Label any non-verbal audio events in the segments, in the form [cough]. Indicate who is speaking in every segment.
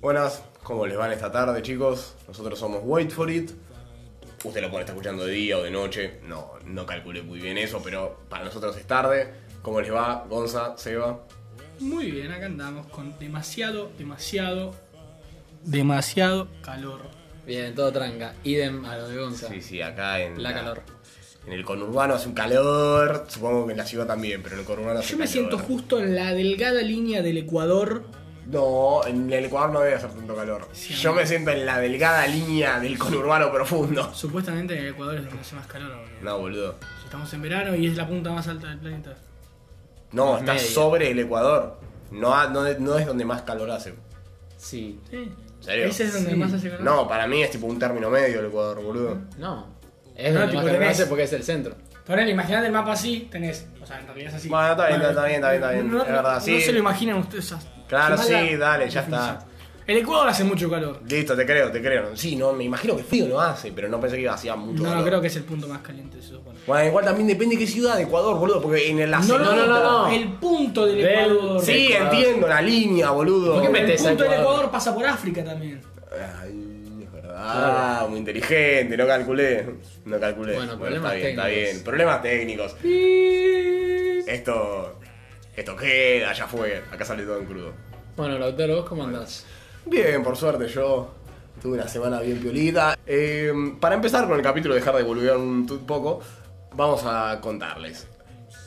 Speaker 1: Buenas, ¿cómo les van esta tarde, chicos? Nosotros somos Wait for It. Usted lo puede estar escuchando de día o de noche, no, no calculé muy bien eso, pero para nosotros es tarde. ¿Cómo les va, Gonza, Seba?
Speaker 2: Muy bien, acá andamos con demasiado, demasiado, demasiado calor.
Speaker 3: Bien, todo tranca. Idem a lo de Gonza.
Speaker 1: Sí, sí, acá en.
Speaker 3: La calor.
Speaker 1: En el conurbano hace un calor, supongo que en la ciudad también, pero en el conurbano hace
Speaker 2: Yo me
Speaker 1: calor.
Speaker 2: siento justo en la delgada línea del Ecuador.
Speaker 1: No, en el Ecuador no debe hacer tanto calor.
Speaker 2: Sí,
Speaker 1: Yo
Speaker 2: ¿no?
Speaker 1: me siento en la delgada línea del conurbano profundo.
Speaker 2: Supuestamente en el Ecuador es donde hace más calor. boludo.
Speaker 1: No, boludo.
Speaker 2: Si Estamos en verano y es la punta más alta del planeta.
Speaker 1: No,
Speaker 3: Más
Speaker 1: está
Speaker 3: media.
Speaker 1: sobre el Ecuador. No, ha- no, no es donde más calor hace.
Speaker 3: Sí.
Speaker 2: Sí.
Speaker 1: serio?
Speaker 2: Ese es donde
Speaker 3: Sí.
Speaker 2: más hace calor.
Speaker 1: No, para mí es tipo un término medio el Ecuador, boludo.
Speaker 3: No. Es
Speaker 2: No,
Speaker 3: no,
Speaker 2: tipo,
Speaker 3: más
Speaker 2: tenés-
Speaker 3: calor hace porque es el centro.
Speaker 2: Ponele, imaginate el mapa así, tenés. O sea, en realidad es así.
Speaker 1: Bueno, está bien, está bien, está bien, está bien.
Speaker 2: No,
Speaker 1: Es verdad,
Speaker 2: no
Speaker 1: sí.
Speaker 2: se lo imaginan ustedes. o sea,
Speaker 1: Claro,
Speaker 2: se
Speaker 1: sí,
Speaker 2: mala
Speaker 1: dale, ya
Speaker 2: definición.
Speaker 1: está.
Speaker 2: El Ecuador hace mucho calor.
Speaker 1: Listo, te creo, te creo. Sí, no, me imagino que frío no hace, pero no pensé que hacía mucho
Speaker 2: No,
Speaker 1: calor.
Speaker 2: creo que es el punto más caliente, se supone.
Speaker 1: Bueno, igual también depende de qué ciudad de Ecuador, boludo, porque en la
Speaker 2: No, no, no,
Speaker 1: cenota-
Speaker 2: no,
Speaker 3: no.
Speaker 2: El punto del
Speaker 3: Del-
Speaker 2: Ecuador.
Speaker 1: Sí,
Speaker 3: Ecuador.
Speaker 1: entiendo, la línea, boludo.
Speaker 3: ¿Por qué
Speaker 2: El
Speaker 3: metes a
Speaker 2: punto del
Speaker 3: Ecuador?
Speaker 2: Ecuador pasa por África también.
Speaker 1: Ay, es verdad, muy inteligente, no calculé. No calculé.
Speaker 3: Bueno,
Speaker 1: está
Speaker 3: problemas
Speaker 1: bien, está
Speaker 3: técnicos.
Speaker 1: bien. Problemas técnicos. Esto. Esto queda, ya fue. Acá sale todo en crudo.
Speaker 3: Bueno, Lautaro, ¿vos cómo andás?
Speaker 1: Bien, por suerte, yo tuve una semana bien piolita. Eh, para empezar con el capítulo, dejar de volver un tu- poco, vamos a contarles.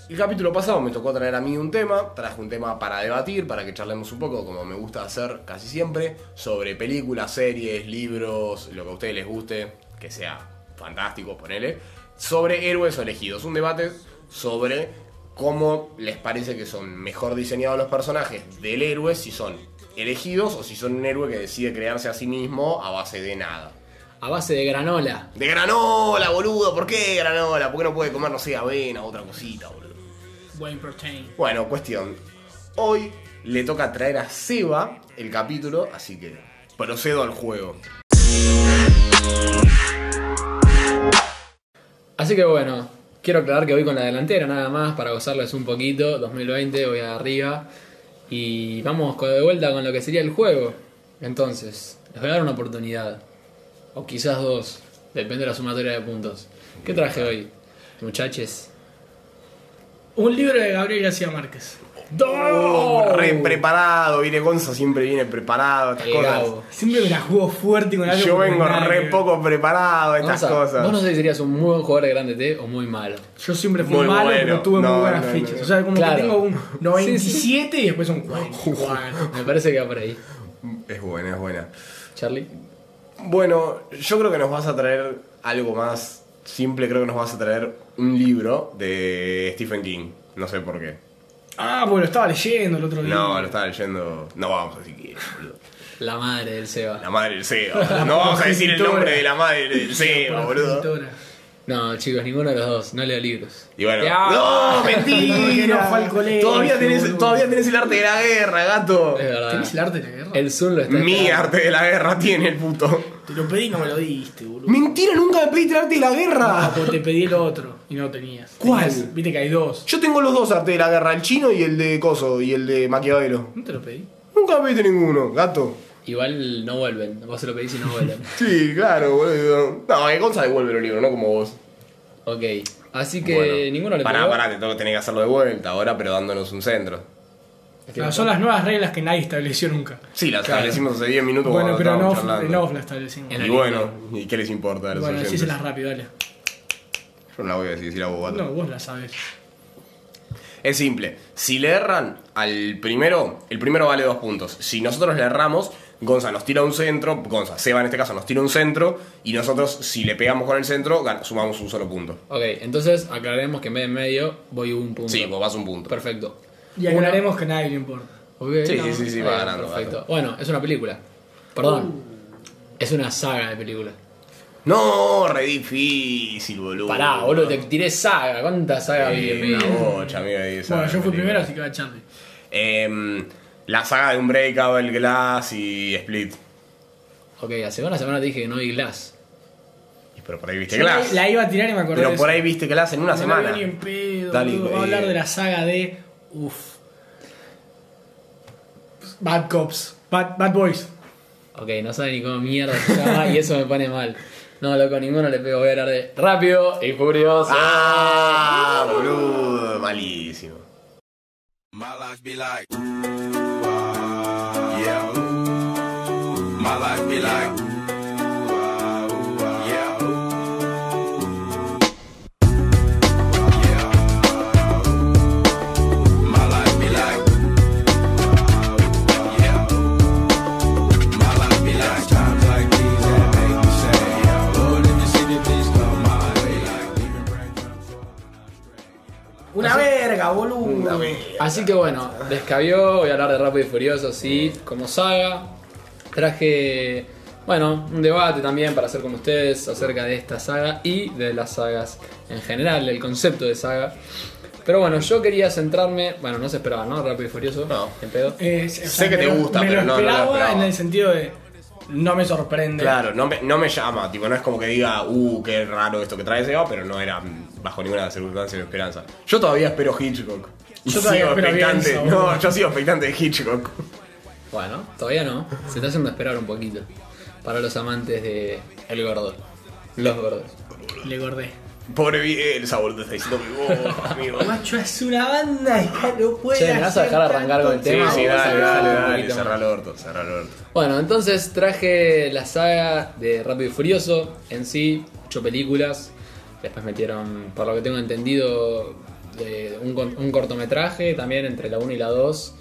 Speaker 1: El capítulo pasado me tocó traer a mí un tema, traje un tema para debatir, para que charlemos un poco, como me gusta hacer casi siempre, sobre películas, series, libros, lo que a ustedes les guste, que sea fantástico, ponele, sobre héroes o elegidos. Un debate sobre cómo les parece que son mejor diseñados los personajes del héroe, si son elegidos o si son un héroe que decide crearse a sí mismo a base de nada.
Speaker 3: A base de granola.
Speaker 1: De granola, boludo, ¿por qué granola? ¿Por qué no puede comer, no sé, avena o otra cosita, boludo?
Speaker 2: Wayne Protein.
Speaker 1: Bueno, cuestión. Hoy le toca traer a Seba el capítulo, así que procedo al juego.
Speaker 3: Así que bueno, quiero aclarar que voy con la delantera nada más para gozarles un poquito. 2020, voy arriba. Y vamos co- de vuelta con lo que sería el juego. Entonces, les voy a dar una oportunidad. O quizás dos. Depende de la sumatoria de puntos. ¿Qué traje hoy? Muchachos.
Speaker 2: Un libro de Gabriel García Márquez.
Speaker 1: Oh, re preparado, viene Gonza, siempre viene preparado, estas
Speaker 3: Eh, Gabo.
Speaker 1: cosas.
Speaker 2: Siempre me la jugó fuerte y con algo.
Speaker 1: Yo
Speaker 2: que
Speaker 1: vengo
Speaker 2: nada que
Speaker 1: re
Speaker 2: ver.
Speaker 1: poco preparado a estas
Speaker 3: Gonza, Vos no
Speaker 1: cosas.
Speaker 3: sé si serías un muy buen jugador de grande T o muy malo.
Speaker 2: Yo siempre fui
Speaker 1: Muy
Speaker 2: malo,
Speaker 1: bueno.
Speaker 2: pero tuve
Speaker 1: No,
Speaker 2: muy buenas
Speaker 1: no, no,
Speaker 2: fichas.
Speaker 1: no.
Speaker 2: O sea, como
Speaker 3: Claro.
Speaker 2: que
Speaker 1: [laughs]
Speaker 2: tengo un
Speaker 3: Sí,
Speaker 2: 97 y después un 44.
Speaker 3: Me parece que va por ahí.
Speaker 1: Es buena, es buena.
Speaker 3: Charlie.
Speaker 1: Bueno, yo creo que nos vas a traer algo más simple, creo que nos vas a traer un libro de Stephen King. No sé por qué.
Speaker 2: Ah, porque lo estaba leyendo el otro día.
Speaker 1: No, lo estaba leyendo. No vamos a decir quién, boludo.
Speaker 3: La madre del Seba.
Speaker 1: La madre del
Speaker 2: [laughs]
Speaker 1: Seba. No vamos a decir el nombre de la madre del
Speaker 2: Por
Speaker 1: Seba,
Speaker 2: la
Speaker 1: boludo.
Speaker 2: escritora.
Speaker 3: No, chicos, ninguno de los dos. No leo libros.
Speaker 1: Y bueno.
Speaker 3: Ya.
Speaker 1: ¡No!
Speaker 2: [laughs] Porque
Speaker 1: ¡Mentira!
Speaker 2: no fue al colegio,
Speaker 1: todavía, tenés,
Speaker 2: boludo. Eh,
Speaker 1: todavía tenés el arte de la guerra, gato.
Speaker 3: Es verdad.
Speaker 2: ¿Tenés el arte de la guerra?
Speaker 3: El Zoom lo está
Speaker 1: Mi
Speaker 3: esperando.
Speaker 1: arte de la guerra tiene el puto.
Speaker 2: Te lo pedí y no me lo diste,
Speaker 3: [laughs]
Speaker 2: boludo.
Speaker 1: ¡Mentira! Nunca me pediste el arte de la guerra.
Speaker 2: Ah, porque te pedí el otro y no lo tenías.
Speaker 1: ¿Cuál?
Speaker 2: Tenías- Viste que hay dos.
Speaker 1: Yo tengo los dos artes de la guerra, el chino y el de Coso y el de Maquiavelo.
Speaker 2: ¿No te lo pedí?
Speaker 1: Nunca me pediste ninguno, gato.
Speaker 3: Igual no vuelven. Vos se lo pedís y
Speaker 1: [laughs]
Speaker 3: no vuelven.
Speaker 1: Sí, claro, boludo. No, eh, Gonza devuelve los libros, no como vos.
Speaker 3: ok. Así que
Speaker 1: Bueno.
Speaker 3: ninguno le
Speaker 1: Pará,
Speaker 3: pegó.
Speaker 1: pará, te tengo que tener que hacerlo de vuelta ahora, pero dándonos un centro.
Speaker 3: Es que
Speaker 2: No,
Speaker 3: no-
Speaker 2: son las nuevas reglas que nadie estableció nunca.
Speaker 1: Sí, la
Speaker 3: Claro.
Speaker 1: establecimos hace 10 minutos
Speaker 2: Bueno,
Speaker 1: cuando
Speaker 2: pero en
Speaker 1: estábamos
Speaker 2: off,
Speaker 1: charlando.
Speaker 2: en off la establecimos.
Speaker 3: En
Speaker 1: Y
Speaker 3: la
Speaker 1: bueno, ¿y qué les importa a los
Speaker 2: Bueno,
Speaker 1: oyentes?
Speaker 2: decíselas rápido, dale.
Speaker 1: Yo no la voy a decir, a vos, gato.
Speaker 2: No, vos la sabés.
Speaker 1: Es simple. Si le erran al primero, el primero vale dos puntos. Si nosotros le erramos, Gonza nos tira un centro, Gonza, Seba en este caso, nos tira un centro, y nosotros, si le pegamos con el centro, gan- sumamos un solo punto.
Speaker 3: Ok, entonces aclaremos que en vez de medio voy un punto.
Speaker 1: Sí, vos vas un punto.
Speaker 3: Perfecto.
Speaker 2: Y aclaremos que a nadie le importa.
Speaker 3: Ok,
Speaker 1: Sí, sí, sí, sí,
Speaker 3: Ahí
Speaker 1: va ganando,
Speaker 3: Perfecto. Bueno, es una película.
Speaker 2: Uh.
Speaker 3: Perdón. Es una saga de películas.
Speaker 1: No, re difícil, boludo.
Speaker 3: Pará, boludo, te tiré saga. ¿Cuántas sagas vi?
Speaker 1: Eh, una bocha, amigo, ahí esa
Speaker 2: bueno, yo fui
Speaker 1: película.
Speaker 2: primero, así que va Charlie.
Speaker 1: Em, la saga de Unbreakable, Glass y Split.
Speaker 3: Ok, hace una semana te dije que no vi Glass.
Speaker 1: Y Pero por ahí viste
Speaker 2: Yo la,
Speaker 1: Glass.
Speaker 2: la iba a tirar y me acordé
Speaker 1: Pero
Speaker 2: de
Speaker 1: por
Speaker 2: eso.
Speaker 1: ahí viste Glass en una
Speaker 2: No
Speaker 1: semana.
Speaker 2: la veo ni en pedo,
Speaker 1: Dale,
Speaker 2: boludo. Va a
Speaker 1: eh,
Speaker 2: hablar de la saga de... Uf. Bad Cops. Bad, Bad Boys.
Speaker 3: Ok, no sabe ni cómo mierda se llama y eso me pone mal. No, loco, ninguno le pego. Voy a hablar de Rápido y Furioso.
Speaker 1: Ah, boludo, malísimo.
Speaker 4: My life be like, ooh, ah, yeah, ooh. My life be like, ooh, ah, ooh, ah, yeah, ooh. Yeah, ah, ooh. My life be like, ooh, ah, ooh, ah, yeah, ooh. My life be like times like these that make me say, yeah, Lord, if you see me, please come my way. Like, even
Speaker 5: Una verga, boludo.
Speaker 3: Así que bueno, descabió, voy a hablar de Rápido y Furioso, sí, como saga. Traje, bueno, un debate también para hacer con ustedes acerca de esta saga y de las sagas en general, el concepto de saga. Pero bueno, yo quería centrarme, bueno, no se esperaba, ¿no? Rápido y Furioso.
Speaker 1: No.
Speaker 3: en pedo.
Speaker 2: Es- eh, o
Speaker 1: Sé que
Speaker 2: me
Speaker 1: te
Speaker 2: lo-
Speaker 1: gusta,
Speaker 2: me
Speaker 1: pero
Speaker 2: lo
Speaker 1: no, no lo
Speaker 2: esperaba
Speaker 1: esperaba.
Speaker 2: en el sentido de no me sorprende.
Speaker 1: Claro, no me, no me llama, tipo, no es como que diga, uh, qué raro esto que trae Seba, pero no era mm, bajo ninguna circunstancia de esperanza. Yo todavía espero Hitchcock. Y
Speaker 2: Yo todavía espero
Speaker 1: expectante.
Speaker 2: Bielsa, boludo.
Speaker 1: no, yo sigo expectante de Hitchcock.
Speaker 3: Bueno, todavía no. Se está haciendo esperar un poquito. Para los amantes de El Gordo. Los gordos.
Speaker 2: Le gordé.
Speaker 1: Pobre Bielsa, boludo, está diciendo mi voz, amigo.
Speaker 5: Macho, es una banda y ya no puede
Speaker 3: Che, ¿me vas a
Speaker 5: hacer
Speaker 3: dejar arrancar
Speaker 5: tanto
Speaker 3: con el
Speaker 1: Sí,
Speaker 3: tema?
Speaker 1: sí,
Speaker 3: Vamos a
Speaker 1: dale,
Speaker 3: dejar
Speaker 1: dale,
Speaker 3: un
Speaker 1: dale,
Speaker 3: poquito
Speaker 1: cerra
Speaker 3: más.
Speaker 1: el orto, cerra el orto.
Speaker 3: Bueno, entonces traje la saga de Rápido y Furioso en sí, ocho películas. Después metieron, por lo que tengo entendido, de un, con- un cortometraje también entre la 1 y la 2.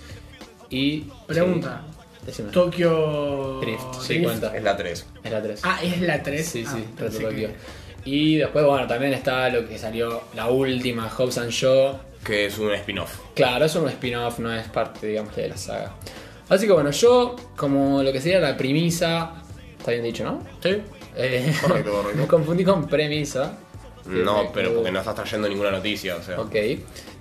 Speaker 3: Y.
Speaker 2: Pregunta.
Speaker 3: Sí, decime.
Speaker 2: Tokio.
Speaker 3: Drift, sí, cuenta.
Speaker 1: Es la 3.
Speaker 3: Es la 3.
Speaker 2: Ah, es la 3.
Speaker 3: Sí, sí,
Speaker 2: Ah,
Speaker 3: Reto
Speaker 2: pensé
Speaker 3: Tokio.
Speaker 2: que-
Speaker 3: Y después, bueno, también está lo que salió la última, Hobbs and Shaw.
Speaker 1: Que es un spin-off.
Speaker 3: Claro, es un spin-off, no es parte, digamos, de la saga. Así que bueno, yo, como lo que sería la premisa, está bien dicho, ¿no?
Speaker 1: Sí.
Speaker 3: Eh,
Speaker 1: Correcto, correcto.
Speaker 3: [laughs] Me confundí con premisa. Eh,
Speaker 1: No, pero porque no estás trayendo ninguna noticia, o sea.
Speaker 3: Ok.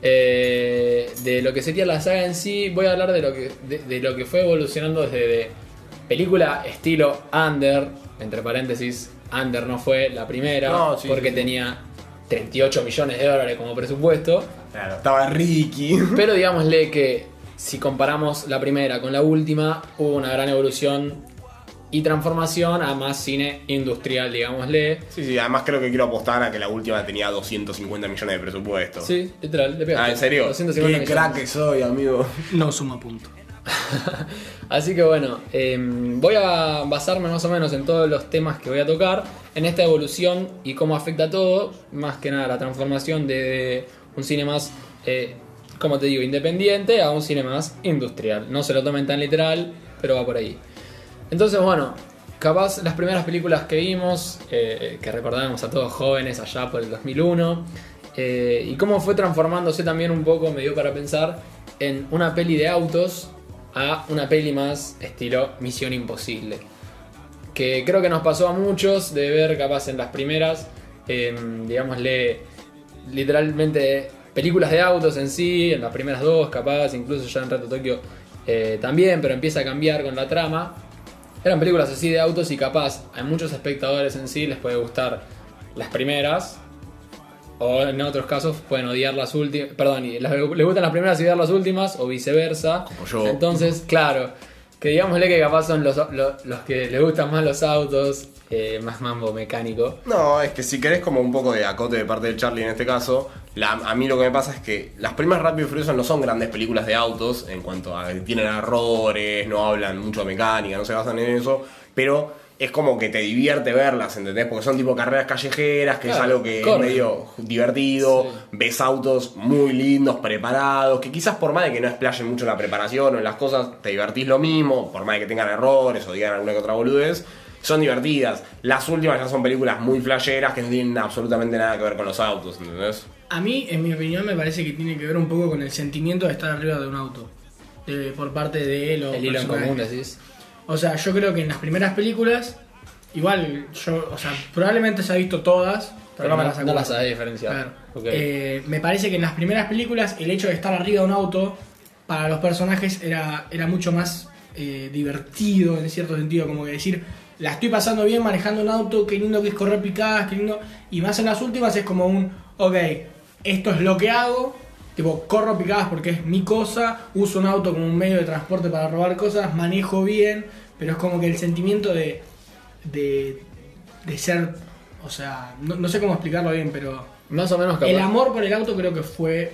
Speaker 3: Eh, de lo que sería la saga en sí, voy a hablar de lo que, de, de lo que fue evolucionando desde de película estilo Under, entre paréntesis, Under no fue la primera,
Speaker 1: No, sí,
Speaker 3: porque
Speaker 1: sí, sí.
Speaker 3: tenía 38 millones de dólares como presupuesto,
Speaker 1: Claro, estaba Ricky.
Speaker 3: pero digámosle que si comparamos la primera con la última, hubo una gran evolución y transformación a más cine industrial, digámosle.
Speaker 1: Sí, sí, además creo que quiero apostar a que la última tenía 250 millones de presupuesto.
Speaker 3: Sí, literal, le pegaste.
Speaker 1: Ah, ¿en serio?
Speaker 3: 250 millones.
Speaker 1: soy, amigo.
Speaker 2: No suma punto.
Speaker 3: Así que bueno, eh, voy a basarme más o menos en todos los temas que voy a tocar, en esta evolución y cómo afecta a todo, más que nada la transformación de, de un cine más, eh, como te digo, independiente a un cine más industrial. No se lo tomen tan literal, pero va por ahí. Entonces bueno, capaz las primeras películas que vimos, eh, que recordábamos a todos jóvenes allá por el 2001, eh, y cómo fue transformándose también un poco, me dio para pensar, en una peli de autos a una peli más estilo Misión Imposible. Que creo que nos pasó a muchos de ver capaz en las primeras, eh, digámosle, literalmente películas de autos en sí, en las primeras dos capaz, incluso ya en Rato Tokio eh, también, pero empieza a cambiar con la trama. Eran películas así de autos y capaz a muchos espectadores en sí les puede gustar las primeras. O en otros casos pueden odiar las últimas. Perdón, y las- les gustan las primeras y odiar las últimas, o viceversa.
Speaker 1: Como yo.
Speaker 3: Entonces, claro, que digámosle que capaz son los, lo- los que les gustan más los autos, eh, más mambo mecánico.
Speaker 1: No, es que si querés como un poco de acote de parte de Charlie en este caso, la- a mí lo que me pasa es que las primas Rápido y Furioso no son grandes películas de autos en cuanto a que tienen errores, no hablan mucho de mecánica, no se basan en eso, pero es como que te divierte verlas, ¿entendés? Porque son tipo carreras callejeras, que es
Speaker 3: Claro,
Speaker 1: algo que
Speaker 3: corren.
Speaker 1: es medio divertido,
Speaker 3: Sí.
Speaker 1: ves autos muy lindos, preparados, que quizás por más de que no explayen mucho en la preparación o en las cosas, te divertís lo mismo, por más de que tengan errores o digan alguna que otra boludez, son divertidas. Las últimas ya son películas muy flasheras que no tienen absolutamente nada que ver con los autos, ¿entendés?
Speaker 2: A mí, en mi opinión, me parece que tiene que ver un poco con el sentimiento de estar arriba de un auto. De- por parte de los
Speaker 3: El hilo en
Speaker 2: personajes.
Speaker 3: común, decís.
Speaker 2: O sea, yo creo que en las primeras películas, igual, yo, o sea, probablemente se ha visto todas, pero, no, me las
Speaker 3: no
Speaker 2: acuerdo.
Speaker 3: las sabés diferenciar.
Speaker 2: Claro.
Speaker 3: Ok.
Speaker 2: Eh, me parece que en las primeras películas el hecho de estar arriba de un auto para los personajes era, era mucho más eh, divertido en cierto sentido, como que decir, la estoy pasando bien manejando un auto, qué lindo que es correr picadas, qué lindo. Y más en las últimas es como un, ok, esto es lo que hago, tipo, corro picadas porque es mi cosa, uso un auto como un medio de transporte para robar cosas, manejo bien, Pero es como que el sentimiento de. de, de ser. O sea, no, no sé cómo explicarlo bien, pero.
Speaker 3: Más o menos capaz.
Speaker 2: El amor por el auto creo que fue.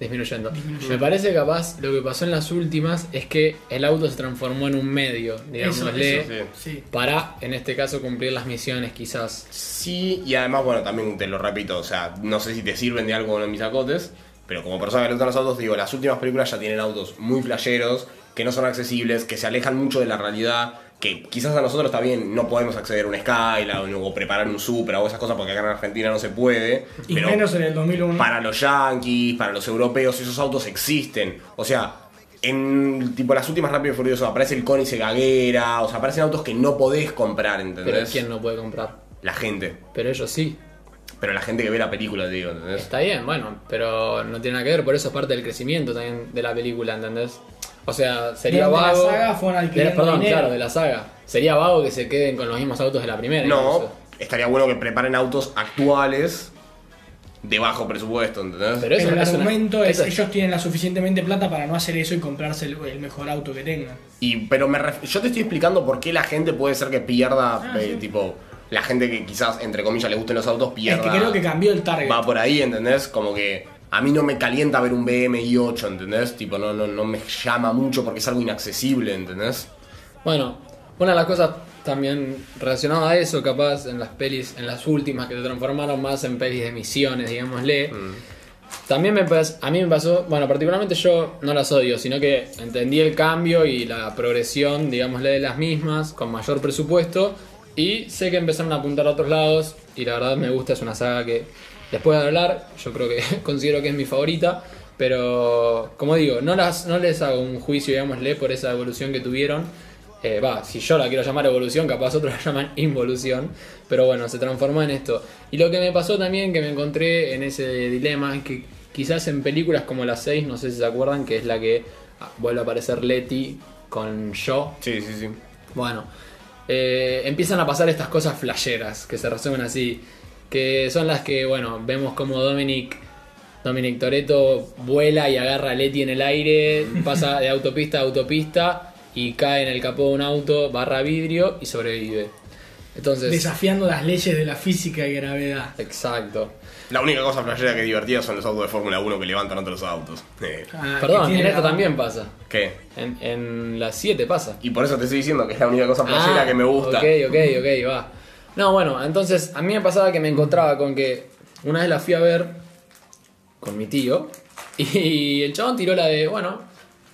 Speaker 3: disminuyendo. Me parece capaz lo que pasó en las últimas es que el auto se transformó en un medio, digámosle,
Speaker 2: eso,
Speaker 1: sí.
Speaker 2: Sí.
Speaker 3: para en este caso cumplir las misiones quizás.
Speaker 1: Sí, y además, bueno, también te lo repito, o sea, no sé si te sirven de algo en mis acotes, pero como persona que le gustan los autos, digo, las últimas películas ya tienen autos muy flasheros, que no son accesibles, que se alejan mucho de la realidad, que quizás a nosotros también no podemos acceder a un Skyline o preparar un Supra o esas cosas porque acá en Argentina no se puede.
Speaker 2: Y
Speaker 1: pero
Speaker 2: menos en el 2001.
Speaker 1: para los yankees, para los europeos, esos autos existen. O sea, en tipo las últimas Rápido y Furioso aparece el Coni se gaguera, o sea, aparecen autos que no podés comprar,
Speaker 3: Pero
Speaker 1: ¿entendés?
Speaker 3: ¿quién no puede comprar?
Speaker 1: La gente.
Speaker 3: Pero ellos sí.
Speaker 1: Pero la gente que ve la película, te digo, ¿entendés?
Speaker 3: Está bien, bueno, pero no tiene nada que ver, por eso es parte del crecimiento también de la película, ¿entendés? O sea, sería
Speaker 2: Durante la
Speaker 3: vago.
Speaker 2: saga fueron adquiriendo
Speaker 3: de- perdón,
Speaker 2: dinero.
Speaker 3: claro, de la saga. Sería vago que se queden con los mismos autos de la primera.
Speaker 1: No,
Speaker 3: incluso.
Speaker 1: estaría bueno que preparen autos actuales de bajo presupuesto, ¿entendés?
Speaker 3: Pero eso
Speaker 2: Pero el
Speaker 3: es una-
Speaker 2: argumento es,
Speaker 3: eso es-
Speaker 2: ellos tienen la suficientemente plata para no hacer eso y comprarse el, el mejor auto que tengan.
Speaker 1: Y, pero me ref- yo te estoy explicando por qué la gente puede ser que pierda, eh, tipo, la gente que quizás, entre comillas, le gusten los autos,
Speaker 2: Ah, Es
Speaker 1: pierda.
Speaker 2: que creo que cambió el target.
Speaker 1: Va por ahí, ¿entendés? Como que a mí no me calienta ver un BMW 8, ¿entendés? Tipo, no, no, no me llama mucho porque es algo inaccesible, ¿entendés?
Speaker 3: Bueno, una de las cosas también relacionada a eso, capaz en las pelis, en las últimas que se transformaron más en pelis de misiones, digámosle. También me pas- a mí me pasó, bueno, particularmente yo no las odio, sino que entendí el cambio y la progresión, digámosle, de las mismas, con mayor presupuesto, y sé que empezaron a apuntar a otros lados, y la verdad me gusta, es una saga que después de hablar, yo creo que [laughs] considero que es mi favorita, pero como digo, no, las, no les hago un juicio, digámosle, por esa evolución que tuvieron. Eh, Va, si yo la quiero llamar evolución, capaz otros la llaman [laughs] involución, pero bueno, se transformó en esto. Y lo que me pasó también, que me encontré en ese dilema, es que quizás en películas como las 6, no sé si se acuerdan, que es la que ah, vuelve a aparecer Letty con yo,
Speaker 1: Sí, sí, sí.
Speaker 3: bueno, eh, empiezan a pasar estas cosas flasheras, que se resumen así, que son las que, bueno, vemos como Dominic, Dominic Toreto vuela y agarra a Leti en
Speaker 2: [laughs]
Speaker 3: el aire, pasa de autopista a autopista y cae en el capó de un auto, barra vidrio y sobrevive. Entonces...
Speaker 2: Desafiando las leyes de la física y gravedad.
Speaker 3: Exacto.
Speaker 1: La única cosa flashera que es divertida son los autos de Fórmula 1 que levantan otros autos. Eh,
Speaker 2: Ah, que
Speaker 3: Perdón,
Speaker 2: tiene
Speaker 3: en esta
Speaker 2: la-
Speaker 3: también pasa.
Speaker 1: ¿Qué?
Speaker 3: En, en las 7 pasa.
Speaker 1: Y por eso te estoy diciendo que es la única cosa flashera
Speaker 3: Ah,
Speaker 1: que me gusta.
Speaker 3: Ok, ok, ok, va. No, bueno, entonces a mí me pasaba que me encontraba con que una vez la fui a ver con mi tío [laughs] y el chabón tiró la de, bueno,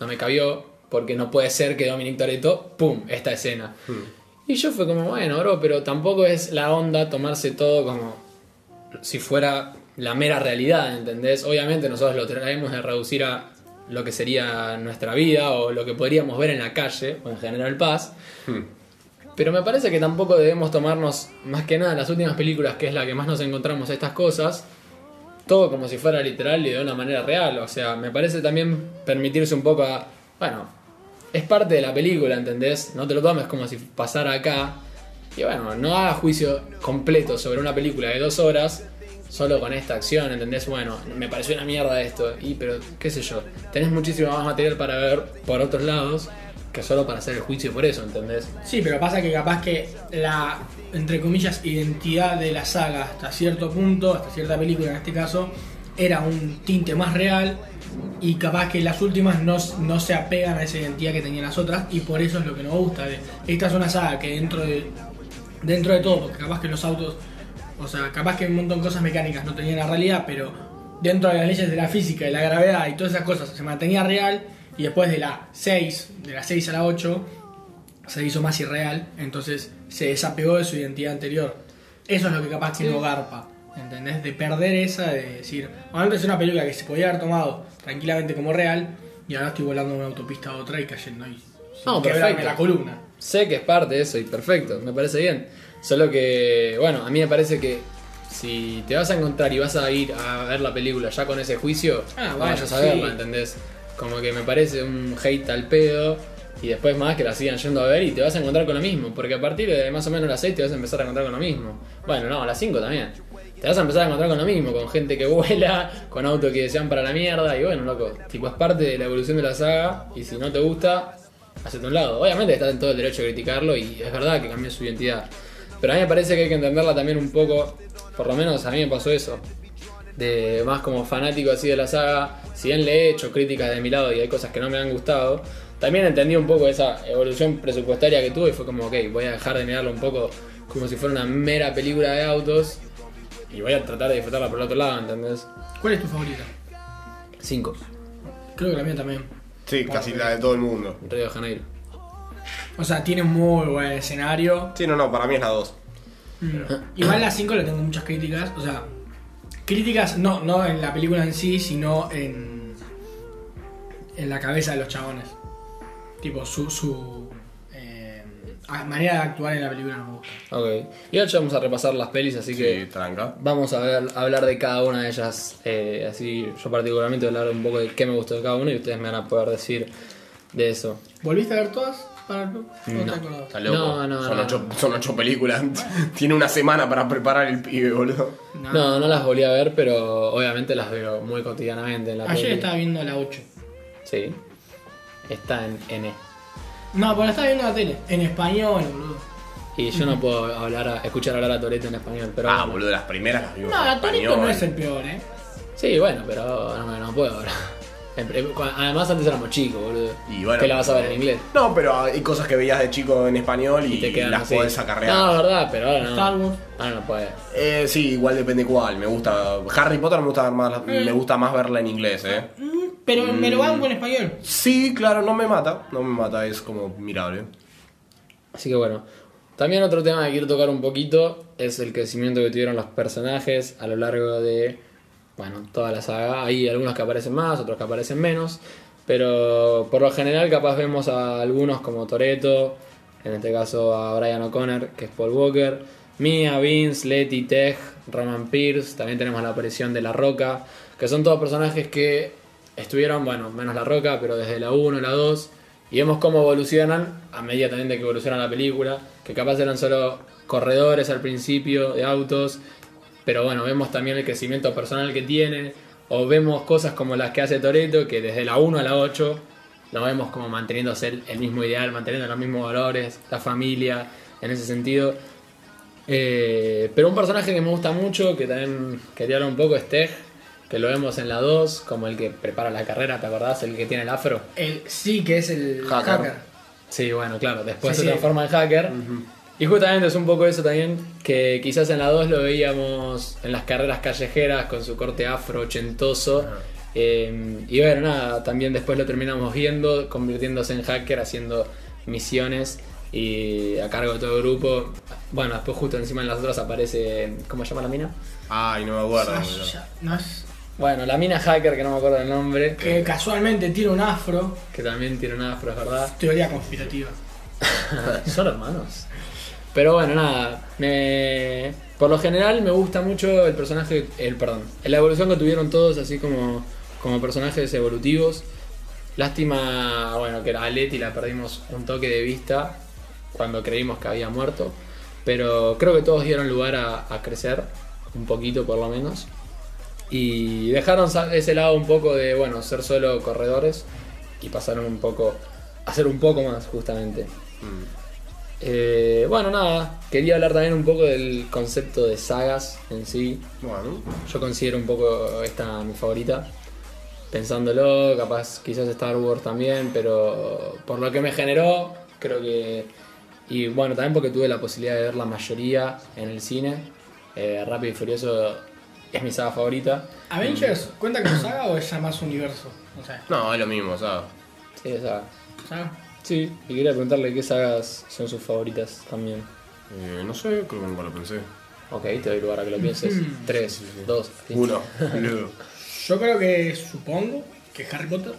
Speaker 3: no me cabió porque no puede ser que Dominic Toretto, ¡pum!, esta escena.
Speaker 1: Hmm.
Speaker 3: Y yo fue como, bueno, bro, pero tampoco es la onda tomarse todo como si fuera la mera realidad, ¿entendés? Obviamente nosotros lo traemos de reducir a lo que sería nuestra vida o lo que podríamos ver en la calle o en General Paz. Pero me parece que tampoco debemos tomarnos, más que nada, las últimas películas, que es la que más nos encontramos estas cosas, todo como si fuera literal y de una manera real. O sea, me parece también permitirse un poco a. Bueno, es parte de la película, ¿entendés? No te lo tomes como si pasara acá. Y bueno, no hagas juicio completo sobre una película de dos horas solo con esta acción, ¿entendés? Bueno, me pareció una mierda esto. Y pero, qué sé yo, tenés muchísimo más material para ver por otros lados que solo para hacer el juicio por eso, ¿entendés?
Speaker 2: Sí, pero pasa que capaz que la, entre comillas, identidad de la saga hasta cierto punto, hasta cierta película en este caso, era un tinte más real y capaz que las últimas no, s- no se apegan a esa identidad que tenían las otras y por eso es lo que nos gusta. de- Esta es una saga que dentro de, dentro de todo, porque capaz que los autos, o sea, capaz que un montón de cosas mecánicas no tenían la realidad, pero dentro de las leyes de la física y la gravedad y todas esas cosas se mantenía real y después de la 6, de la 6 a la 8, se hizo más irreal, entonces se desapegó de su identidad anterior. Eso es lo que capaz que no garpa, ¿entendés? De perder esa, de decir, antes era una película que se podía haber tomado tranquilamente como real, y ahora estoy volando de una autopista a otra y cayendo ahí.
Speaker 3: No,
Speaker 2: quebrarme
Speaker 3: perfecto.
Speaker 2: la columna.
Speaker 3: Sé que es parte de eso y perfecto, me parece bien. Solo que, bueno, a mí me parece que si te vas a encontrar y vas a ir a ver la película ya con ese juicio,
Speaker 2: Ah,
Speaker 3: no
Speaker 2: bueno,
Speaker 3: vayas a
Speaker 2: sí.
Speaker 3: verla, ¿entendés? Como que me parece un hate al pedo y después más que la sigan yendo a ver y te vas a encontrar con lo mismo, porque a partir de más o menos las 6 te vas a empezar a encontrar con lo mismo. Bueno, no, a las 5 también. Te vas a empezar a encontrar con lo mismo, con gente que vuela, con autos que desean para la mierda y bueno, loco, tipo es parte de la evolución de la saga y si no te gusta, hacia un lado. Obviamente está en todo el derecho de criticarlo y es verdad que cambió su identidad. Pero a mí me parece que hay que entenderla también un poco, por lo menos a mí me pasó eso, de más como fanático así de la saga, si bien le he hecho críticas de mi lado y hay cosas que no me han gustado, también entendí un poco esa evolución presupuestaria que tuve y fue como, ok, voy a dejar de mirarlo un poco como si fuera una mera película de autos y voy a tratar de disfrutarla por el otro lado, ¿entendés?
Speaker 2: ¿Cuál es tu favorita?
Speaker 3: 5.
Speaker 2: Creo que la mía también.
Speaker 1: Sí, casi la de todo el mundo.
Speaker 3: Río de Janeiro.
Speaker 2: O sea, tiene un muy buen escenario.
Speaker 1: Sí, no, no, para mí es la 2.
Speaker 2: Mm. Igual la 5 le tengo muchas críticas. O sea, críticas no, no en la película en sí, sino en. en la cabeza de los chabones. Tipo, su. su eh, a- manera de actuar en la película no me gusta.
Speaker 3: Ok. Y ahora ya vamos a repasar las pelis, así
Speaker 1: Sí,
Speaker 3: que
Speaker 1: tranca.
Speaker 3: vamos a, ver- a hablar de cada una de ellas. eh, así yo particularmente voy a hablar un poco de qué me gustó de cada una y ustedes me van a poder decir de eso.
Speaker 2: ¿Volviste a ver todas? Para el... no te acordabas?
Speaker 1: Está loco.
Speaker 3: No, no,
Speaker 1: son,
Speaker 3: no.
Speaker 1: Ocho, son ocho películas. [laughs] Tiene una semana para preparar el pibe, boludo.
Speaker 2: No.
Speaker 3: No, no las volví a ver, pero obviamente las veo muy cotidianamente en la
Speaker 2: Ayer
Speaker 3: tele.
Speaker 2: estaba viendo la 8.
Speaker 3: Sí. Está en N.
Speaker 2: No, pero la estaba viendo en la tele. En español, boludo.
Speaker 3: Y yo no puedo hablar a- escuchar hablar a Toreto en español, pero.
Speaker 1: Ah, boludo, las primeras las vimos. en
Speaker 2: No, Torito
Speaker 1: español.
Speaker 2: no es el peor, eh.
Speaker 3: Sí, bueno, pero no, me- no puedo ahora. [laughs] En prim- cu- Además, antes éramos chicos, boludo.
Speaker 1: Y bueno,
Speaker 3: que la vas a ver en
Speaker 1: pero-
Speaker 3: inglés.
Speaker 1: No, pero hay cosas que veías de chico en español y,
Speaker 3: Te quedan
Speaker 1: las
Speaker 3: así.
Speaker 1: podés acarrear.
Speaker 3: No, es verdad, pero ahora no.
Speaker 2: Star Wars.
Speaker 3: Ahora no puede.
Speaker 1: Eh, sí, igual depende cuál. Me gusta. Harry Potter me gusta ver más,
Speaker 3: Eh.
Speaker 1: me gusta más verla en inglés, eh.
Speaker 2: Mm, Pero me lo banco en español.
Speaker 1: Sí, claro, no me mata. No me mata, es como mirable.
Speaker 3: Así que bueno. También otro tema que quiero tocar un poquito es el crecimiento que tuvieron los personajes a lo largo de, bueno, toda la saga. Hay algunos que aparecen más, otros que aparecen menos. Pero por lo general capaz vemos a algunos como Toreto, en este caso a Brian O'Connor, que es Paul Walker, Mia, Vince, Letty, Tej, Roman Pierce, también tenemos la aparición de La Roca, que son todos personajes que estuvieron, bueno, menos La Roca, pero desde la 1, la 2, y vemos cómo evolucionan a medida también de que evoluciona la película, que capaz eran solo corredores al principio de autos, pero bueno, vemos también el crecimiento personal que tiene, o vemos cosas como las que hace Toreto, que desde la 1 a la 8 lo vemos como manteniéndose el, el mismo ideal, manteniendo los mismos valores, la familia, en ese sentido. Eh, pero un personaje que me gusta mucho, que también quería hablar un poco, es Tej, que lo vemos en la 2, como el que prepara la carrera, ¿te acordás? El que tiene el afro.
Speaker 2: El sí que es el
Speaker 1: Hacker.
Speaker 2: hacker.
Speaker 3: Sí, bueno, claro, después
Speaker 2: Sí,
Speaker 3: se
Speaker 2: sí.
Speaker 3: transforma en hacker. Y justamente es un poco eso también, que quizás en la 2 lo veíamos en las carreras callejeras con su corte afro ochentoso. Eh, y bueno, nada, también después lo terminamos viendo, convirtiéndose en hacker, haciendo misiones y a cargo de todo el grupo. Bueno, después justo encima en las otras aparece, ¿cómo se llama la mina?
Speaker 1: Ay, no me acuerdo. boludo.
Speaker 2: Sasha, no es-
Speaker 3: Bueno, la mina hacker, que no me acuerdo el nombre,
Speaker 2: que casualmente tiene un afro.
Speaker 3: que también tiene un afro, es verdad.
Speaker 2: Teoría conspirativa.
Speaker 3: [laughs] Son hermanos. Pero bueno, nada. me- por lo general me gusta mucho el personaje. El, perdón. La evolución que tuvieron todos, así como, como personajes evolutivos. Lástima, bueno, que a Leti la perdimos un toque de vista cuando creímos que había muerto. Pero creo que todos dieron lugar a, a crecer, un poquito por lo menos. Y dejaron sa- ese lado un poco de, bueno, ser solo corredores y pasaron un poco a ser un poco más, justamente. Eh, bueno, nada, quería hablar también un poco del concepto de sagas en sí.
Speaker 1: Bueno,
Speaker 3: Yo considero un poco esta mi favorita. Pensándolo, capaz quizás Star Wars también, pero por lo que me generó, creo que... Y bueno, también porque tuve la posibilidad de ver la mayoría en el cine. Eh, Rápido y Furioso es mi saga favorita.
Speaker 2: ¿Avengers
Speaker 1: Mm.
Speaker 2: cuenta con saga o es ya más universo? O sea,
Speaker 1: no, es lo mismo, ¿sabes?
Speaker 3: Sí, o sea,
Speaker 2: ¿saga?
Speaker 3: sí, y quería preguntarle qué sagas son sus favoritas también.
Speaker 1: Eh, no sé, creo que nunca lo pensé.
Speaker 3: Ok, te doy lugar a que lo pienses.
Speaker 2: Ujú.
Speaker 3: [clears throat] Tres, dos,
Speaker 1: Uno,
Speaker 2: [laughs]
Speaker 1: boludo.
Speaker 2: Yo creo que supongo que Harry Potter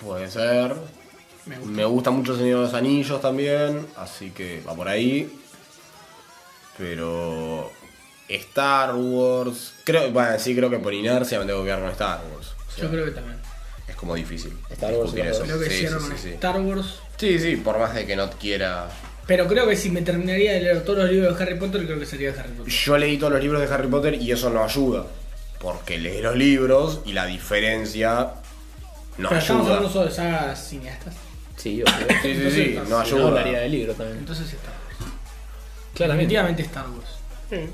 Speaker 1: Puede ser.
Speaker 2: me gusta.
Speaker 1: Me gusta mucho el Señor de los Anillos también, así que va por ahí. Pero. Star Wars. Creo, bueno, sí, creo que por inercia me tengo que quedar con Star Wars. O sea,
Speaker 2: Yo creo que también.
Speaker 1: Es como difícil.
Speaker 3: Star Wars,
Speaker 1: discutir
Speaker 3: Star
Speaker 1: eso.
Speaker 2: Creo que
Speaker 1: Sí,
Speaker 2: hicieron
Speaker 1: sí, sí, sí.
Speaker 2: Star Wars.
Speaker 1: Sí, sí, por más de que no quiera.
Speaker 2: Pero creo que si me terminaría de leer todos los libros de Harry Potter, creo que sería Harry Potter.
Speaker 1: Yo leí todos los libros de Harry Potter y eso no ayuda. Porque leí los libros y la diferencia no
Speaker 2: Pero estamos
Speaker 1: ayuda.
Speaker 2: hablando solo de sagas cineastas.
Speaker 3: Sí, obvio.
Speaker 1: Sí,
Speaker 3: [laughs]
Speaker 1: sí,
Speaker 2: Entonces
Speaker 1: sí,
Speaker 2: está-
Speaker 1: no
Speaker 3: Si no,
Speaker 1: ayuda.
Speaker 3: hablaría del libro también.
Speaker 2: Entonces Star Wars.
Speaker 3: Claramente.
Speaker 2: Definitivamente Star Wars.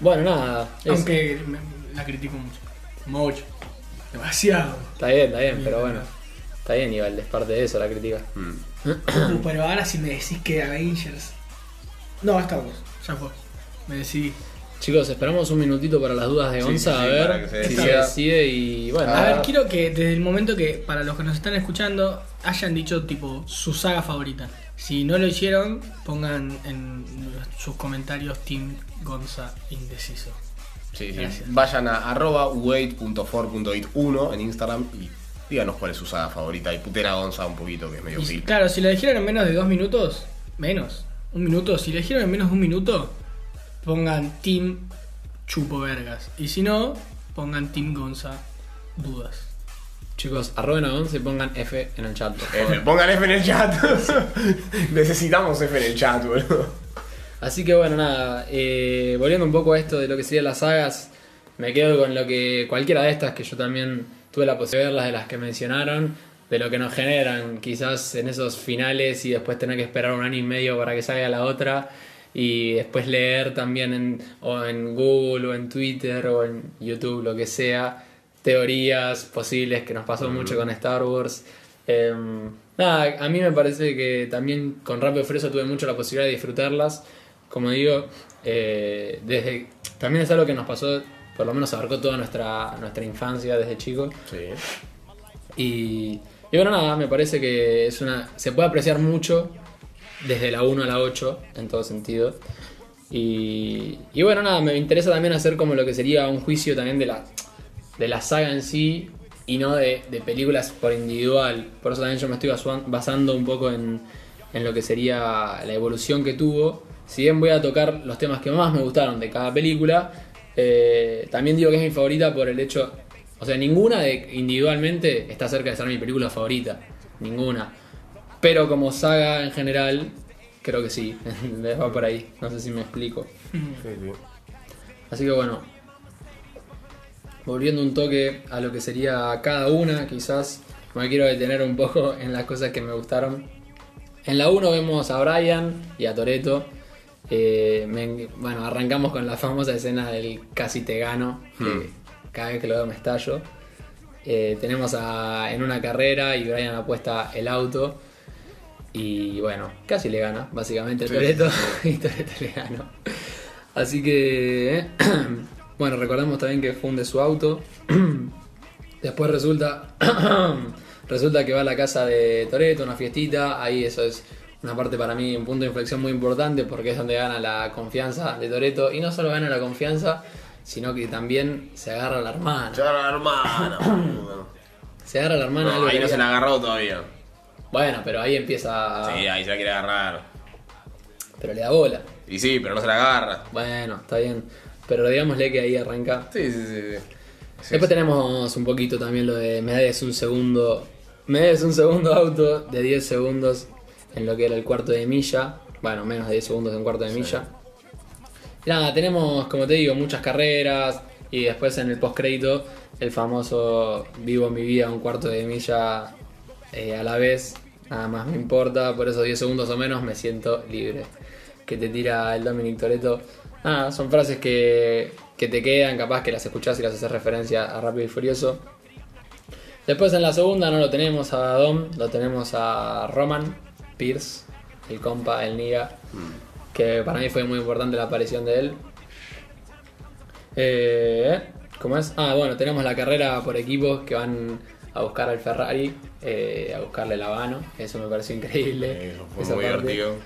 Speaker 3: Bueno, nada. eso.
Speaker 2: Aunque me- la critico mucho. Mucho. Demasiado.
Speaker 3: Está bien, está bien, pero bueno. Está bien, Ivalde, es parte de eso la crítica.
Speaker 1: Mm.
Speaker 2: Uh, [clears throat] pero ahora si me decís que Avengers. No, Star Wars. Ya fue. Me decidí.
Speaker 3: Chicos, esperamos un minutito para las dudas de
Speaker 1: Sí,
Speaker 3: Gonza,
Speaker 1: sí, sí,
Speaker 3: a
Speaker 1: para que
Speaker 3: ver
Speaker 1: se
Speaker 3: si se
Speaker 1: decida.
Speaker 3: decide y bueno.
Speaker 2: A
Speaker 1: Ah.
Speaker 2: ver, quiero que desde el momento que para los que nos están escuchando hayan dicho tipo su saga favorita. Si no lo hicieron, pongan en sus comentarios Team Gonza Indeciso.
Speaker 1: Sí, sí.
Speaker 2: Gracias.
Speaker 1: Vayan a arroba wait.for.it1 en Instagram y díganos cuál es su saga favorita. Y putera Gonza un poquito, que es medio
Speaker 2: Y
Speaker 1: vil.
Speaker 2: claro, si lo dijeron en menos de dos minutos, menos. Un minuto. Si lo dijeron en menos de un minuto, pongan Team Chupo Vergas. Y si no, pongan Team Gonza Dudas.
Speaker 3: Chicos, arroben a Gonza y pongan F en el chat. por favor.
Speaker 1: F, Eh, Pongan F en el chat. [laughs] Necesitamos F en el chat, boludo.
Speaker 3: Así que bueno, nada, eh, volviendo un poco a esto de lo que serían las sagas, me quedo con lo que cualquiera de estas que yo también tuve la posibilidad de verlas, de las que mencionaron, de lo que nos generan quizás en esos finales y después tener que esperar un año y medio para que salga la otra y después leer también en, o en Google o en Twitter o en YouTube, lo que sea, teorías posibles que nos pasó mucho con Star Wars. Em, nada, a mí me parece que también con Rápido y Furioso tuve mucho la posibilidad de disfrutarlas. Como digo, eh, desde también es algo que nos pasó, por lo menos abarcó toda nuestra, nuestra infancia desde chico.
Speaker 1: Sí.
Speaker 3: Y, y bueno, nada, me parece que es una. Se puede apreciar mucho desde la 1 a la 8, en todo sentido. Y, y bueno, nada, me interesa también hacer como lo que sería un juicio también de la, de la saga en sí y no de, de películas por individual. Por eso también yo me estoy basua- basando un poco en, en lo que sería la evolución que tuvo. Si bien voy a tocar los temas que más me gustaron de cada película, eh, también digo que es mi favorita por el hecho, o sea, ninguna de, individualmente está cerca de ser mi película favorita. Ninguna. Pero como saga en general, creo que sí. [laughs] Va por ahí. No sé si me explico. Así que bueno, volviendo un toque a lo que sería cada una, quizás me quiero detener un poco [laughs] en las cosas que me gustaron. En la 1 vemos a Brian y a Toreto. bueno, arrancamos con la famosa escena del casi te gano. que Cada vez que lo veo me estallo. Eh, tenemos a- en una carrera y Brian apuesta el auto. Y bueno, casi le gana, básicamente, el
Speaker 1: Sí.
Speaker 3: Toreto. [laughs] y Toreto le ganó. Así que, eh, [clears throat] bueno, recordemos también que funde su auto. [clears throat] Después resulta, [clears throat] resulta que va a la casa de Toreto, una fiestita. Ahí eso es una parte para mí, un punto de inflexión muy importante porque es donde gana la confianza de Toreto. Y no solo gana la confianza, sino que también se agarra a la hermana.
Speaker 1: Ya era la hermana, boludo.
Speaker 3: Se agarra a la hermana. algo
Speaker 1: No, ahí
Speaker 3: que
Speaker 1: no se
Speaker 3: había-
Speaker 1: la agarró todavía.
Speaker 3: Bueno, pero ahí empieza... a-
Speaker 1: Sí, ahí se la quiere agarrar.
Speaker 3: Pero le da bola.
Speaker 1: Y sí, pero no se la agarra.
Speaker 3: Bueno, está bien. Pero digámosle que ahí arranca
Speaker 1: Sí, sí, sí. sí. Sí,
Speaker 3: Después
Speaker 1: sí.
Speaker 3: tenemos un poquito también lo de me debes un segundo. Me debes un segundo auto de 10 segundos en lo que era el cuarto de milla. Bueno, menos de 10 segundos en cuarto de milla. Y nada, tenemos, como te digo, muchas carreras. Y después en el postcrédito, el famoso vivo mi vida un cuarto de milla eh, a la vez. Nada más me importa, por esos 10 segundos o menos me siento libre. Que te tira el Dominic Toreto. Nada, son frases que, que te quedan, capaz que las escuchás y las haces referencia a Rápido y Furioso. Después en la segunda no lo tenemos a Dom, lo tenemos a Roman Pierce, el compa, el niga,
Speaker 1: Mm.
Speaker 3: que para mí fue muy importante la aparición de él. Eh, ¿Cómo es? Ah, bueno, tenemos la carrera por equipos que van a buscar al Ferrari, eh, a buscarle la mano, eso me pareció increíble.
Speaker 1: Eh, Eso fue
Speaker 3: esa
Speaker 1: muy
Speaker 3: parte.
Speaker 1: divertido.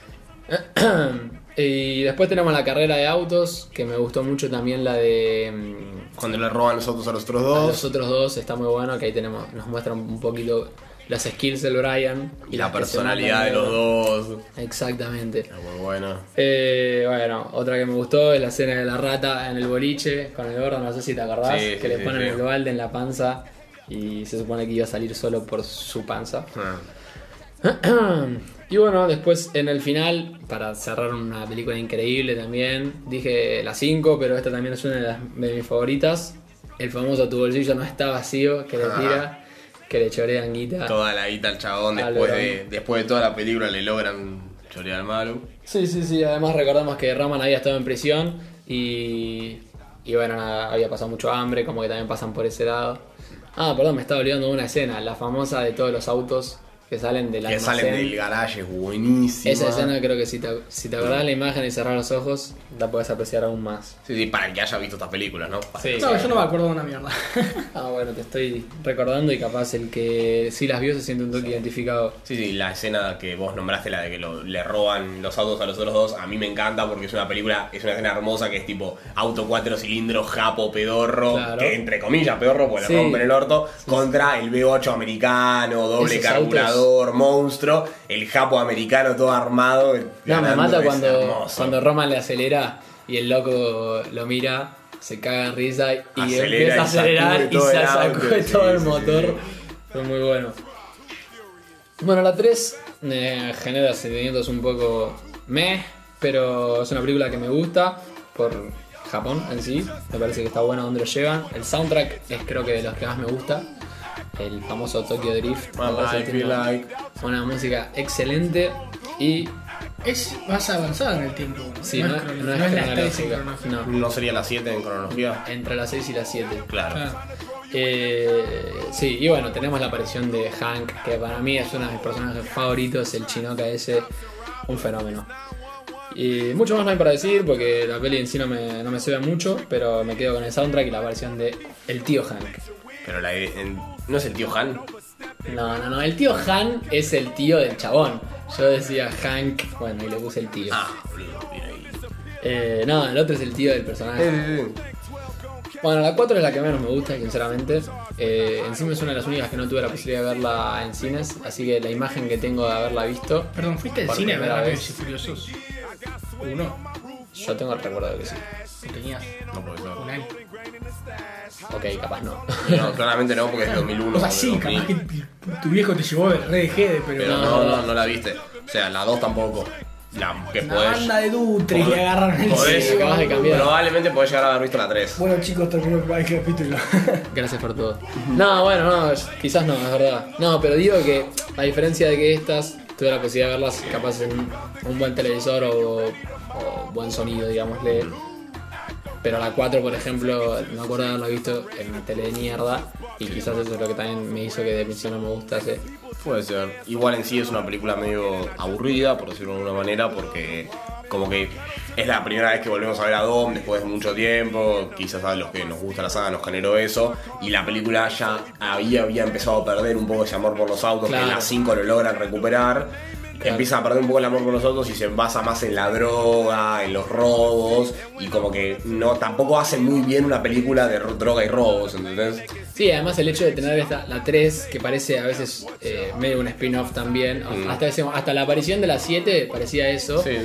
Speaker 3: [clears throat] y después tenemos la carrera de autos, que me gustó mucho también la de... mm,
Speaker 1: Cuando le roban los autos a los otros
Speaker 3: a
Speaker 1: dos.
Speaker 3: los otros dos está muy bueno, que ahí tenemos, nos muestran un poquito las skills del Brian.
Speaker 1: Y la
Speaker 3: las que se
Speaker 1: personalidad de
Speaker 3: notan
Speaker 1: los dos.
Speaker 3: Exactamente.
Speaker 1: Está muy buena.
Speaker 3: Eh, bueno, otra que me gustó es la escena de la rata en el boliche con el gordo, no sé si te acordás,
Speaker 1: Sí, sí,
Speaker 3: que le
Speaker 1: sí,
Speaker 3: ponen
Speaker 1: sí.
Speaker 3: el balde en la panza y se supone que iba a salir solo por su panza.
Speaker 1: Ah.
Speaker 3: [clears throat] y bueno, después en el final, para cerrar una película increíble también, dije la 5, pero esta también
Speaker 1: Ah.
Speaker 3: es una de, las- de mis favoritas. El famoso Tu bolsillo no está vacío, que le
Speaker 1: Ajá.
Speaker 3: tira, que le chorean guita.
Speaker 1: Toda la guita al chabón
Speaker 3: Al
Speaker 1: después
Speaker 3: Verón.
Speaker 1: de, después de toda la película le logran chorear al malo.
Speaker 3: Sí, sí, sí. Además recordamos que Raman había estado en prisión y. Y bueno, nada, había pasado mucho hambre, como que también pasan por ese lado. Ah, perdón, me estaba olvidando de una escena, la famosa de todos los autos que salen del
Speaker 1: que
Speaker 3: almacén.
Speaker 1: salen del garaje, es buenísima.
Speaker 3: Esa escena creo que si te, si te acordás la imagen y cerrás los ojos, la podés apreciar aún más.
Speaker 1: Sí, sí, para el que haya visto estas películas, ¿no? Para-
Speaker 3: Sí.
Speaker 2: No, yo no me acuerdo de una mierda.
Speaker 3: Ah, bueno, te estoy recordando y capaz el que sí las vio se siente un toque identificado.
Speaker 1: Sí, sí, la escena que vos nombraste, la de que lo- le roban los autos a los otros dos, a mí me encanta porque es una película, es una escena hermosa que es tipo auto cuatro cilindros, japo, pedorro,
Speaker 3: Claro.
Speaker 1: que entre comillas pedorro porque
Speaker 3: Sí.
Speaker 1: le rompen el orto, contra el V8 americano, doble
Speaker 3: Esos
Speaker 1: carburador, monstruo, el japo americano todo armado.
Speaker 3: No, me
Speaker 1: ganando,
Speaker 3: mata
Speaker 1: es
Speaker 3: cuando,
Speaker 1: hermoso.
Speaker 3: cuando Roman le acelera y el loco lo mira, se caga en risa y
Speaker 1: Acelera
Speaker 3: empieza a
Speaker 1: y sacude
Speaker 3: acelerar y
Speaker 1: todo
Speaker 3: se
Speaker 1: el auto,
Speaker 3: sacude
Speaker 1: sí,
Speaker 3: todo el
Speaker 1: sí,
Speaker 3: motor.
Speaker 1: sí.
Speaker 3: Fue muy bueno. Bueno, la 3 genera sentimientos un poco meh, pero es una película que me gusta por Japón en sí. Me parece que está bueno donde lo llevan. El soundtrack es creo que de los que más me gusta. El famoso Tokyo Drift. me
Speaker 1: Mamá,
Speaker 3: parece
Speaker 1: I
Speaker 3: que
Speaker 1: feel
Speaker 3: tiene una-
Speaker 1: like-
Speaker 3: una música excelente y
Speaker 2: Es más avanzada en el tiempo. ¿no?
Speaker 3: Sí,
Speaker 2: No
Speaker 3: no,
Speaker 2: es cron-
Speaker 3: no
Speaker 2: no
Speaker 3: es
Speaker 2: es las tres en
Speaker 3: cronológica.
Speaker 2: cronológica.
Speaker 3: No,
Speaker 1: ¿No sería la 7 en cronología?
Speaker 3: entre las 6 y las 7.
Speaker 1: Claro.
Speaker 3: Eh, sí, y bueno, tenemos la aparición de Hank, que para mí es uno de mis personajes favoritos, el chinoca ese, un fenómeno. Y mucho más no hay para decir, porque la peli en sí no me, no me sube mucho, pero me quedo con el soundtrack y la aparición de el tío Hank.
Speaker 1: Pero la, en- ¿no es el tío Han?
Speaker 3: No, no, no, el tío Han es el tío del chabón. Yo decía Hank, bueno, y le puse el tío.
Speaker 1: Ah, boludo, bien ahí.
Speaker 3: Eh, no, el otro es el tío del personaje. Bueno, la 4 es la que menos me gusta, sinceramente. Eh, encima es una de las únicas que no tuve la posibilidad de verla en cines, así que la imagen que tengo de haberla visto,
Speaker 2: Perdón, ¿fuiste al
Speaker 3: Por
Speaker 2: cine a ver
Speaker 3: primera
Speaker 2: Rápidos
Speaker 3: vez.
Speaker 2: y Furiosos? Uno.
Speaker 3: yo tengo el recuerdo de que sí.
Speaker 2: ¿No tenías
Speaker 1: No puede
Speaker 2: un
Speaker 1: ser.
Speaker 2: año?
Speaker 3: Ok, capaz no. [laughs]
Speaker 1: No, claramente no, porque es de 2001.
Speaker 2: O sea, sí,
Speaker 1: de
Speaker 2: capaz
Speaker 1: 2000.
Speaker 2: que tu viejo te llevó de re de jede,
Speaker 1: Pero
Speaker 2: pero...
Speaker 1: no, no, no la viste. O sea, la 2 tampoco. La que
Speaker 2: Una
Speaker 1: podés.
Speaker 2: banda de dutres le agarraron el
Speaker 1: podés-
Speaker 2: cine.
Speaker 3: acabas de cambiar.
Speaker 1: Probablemente podés llegar a haber visto la 3.
Speaker 2: Bueno chicos, terminó el capítulo.
Speaker 3: Gracias por todo. No, bueno, no, quizás no, es verdad. No, pero digo que, a diferencia de que estas, tuve la posibilidad de verlas capaz en un buen televisor o, o buen sonido, digámosle. Pero la 4, por ejemplo, me acuerdo de haberla visto en una tele de mierda. Y quizás eso es lo que también me hizo que de principio no me gustase.
Speaker 1: Puede ser. Igual en sí es una película medio aburrida, por decirlo de alguna manera, porque como que es la primera vez que volvemos a ver a Dom después de mucho tiempo. Quizás a los que nos gusta la saga nos generó eso. Y la película ya había, había empezado a perder un poco ese amor por los autos, que
Speaker 3: Claro.
Speaker 1: en la 5 lo logran recuperar. Empieza a perder un poco el amor por los autos y se basa más en la droga, en los robos. Y como que no tampoco hace muy bien una película de ro- droga y robos, ¿entendés?
Speaker 3: Sí, además el hecho de tener esta, la 3, que parece a veces eh, medio un spin-off también. Hasta, ese- hasta la aparición de la 7 parecía eso.
Speaker 1: sí.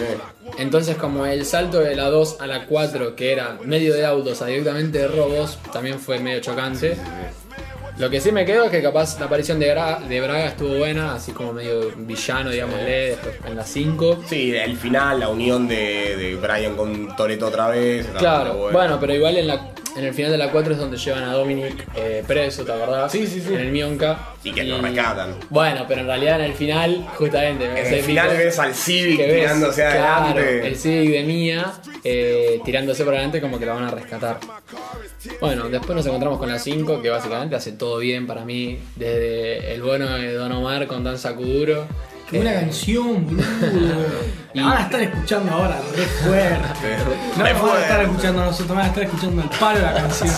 Speaker 3: Entonces, como el salto de la 2 a la 4, que era medio de autos a directamente de robos, también fue medio chocante. Lo que sí me quedo es que capaz la aparición de, Gra- de Braga estuvo buena, así como medio villano, digámosle, después en la 5.
Speaker 1: Sí, el final, la unión de, de Brian con Toreto otra vez. está
Speaker 3: Claro,
Speaker 1: muy
Speaker 3: bueno.
Speaker 1: bueno.
Speaker 3: pero igual en, la, en el final de la 4 es donde llevan a Dominic eh, preso, ¿te acordás?
Speaker 1: Sí, sí, sí.
Speaker 3: En el Mionca.
Speaker 1: Y que lo rescatan.
Speaker 3: Bueno, pero en realidad en el final, justamente.
Speaker 1: En
Speaker 3: ese
Speaker 1: el final
Speaker 3: pico-
Speaker 1: ves al Civic
Speaker 3: que ves,
Speaker 1: tirándose adelante.
Speaker 3: Claro, el Civic de Mía eh, tirándose para adelante como que la van a rescatar. Bueno, después nos encontramos con la 5, que básicamente hace todo bien para mí. Desde el bueno de Don Omar con Dan Sacuduro.
Speaker 2: Qué buena canción, boludo. La van a estar escuchando ahora, re fuerte. No
Speaker 1: Me
Speaker 2: la van a
Speaker 1: fue.
Speaker 2: estar escuchando a nosotros, van a estar escuchando el palo de la canción.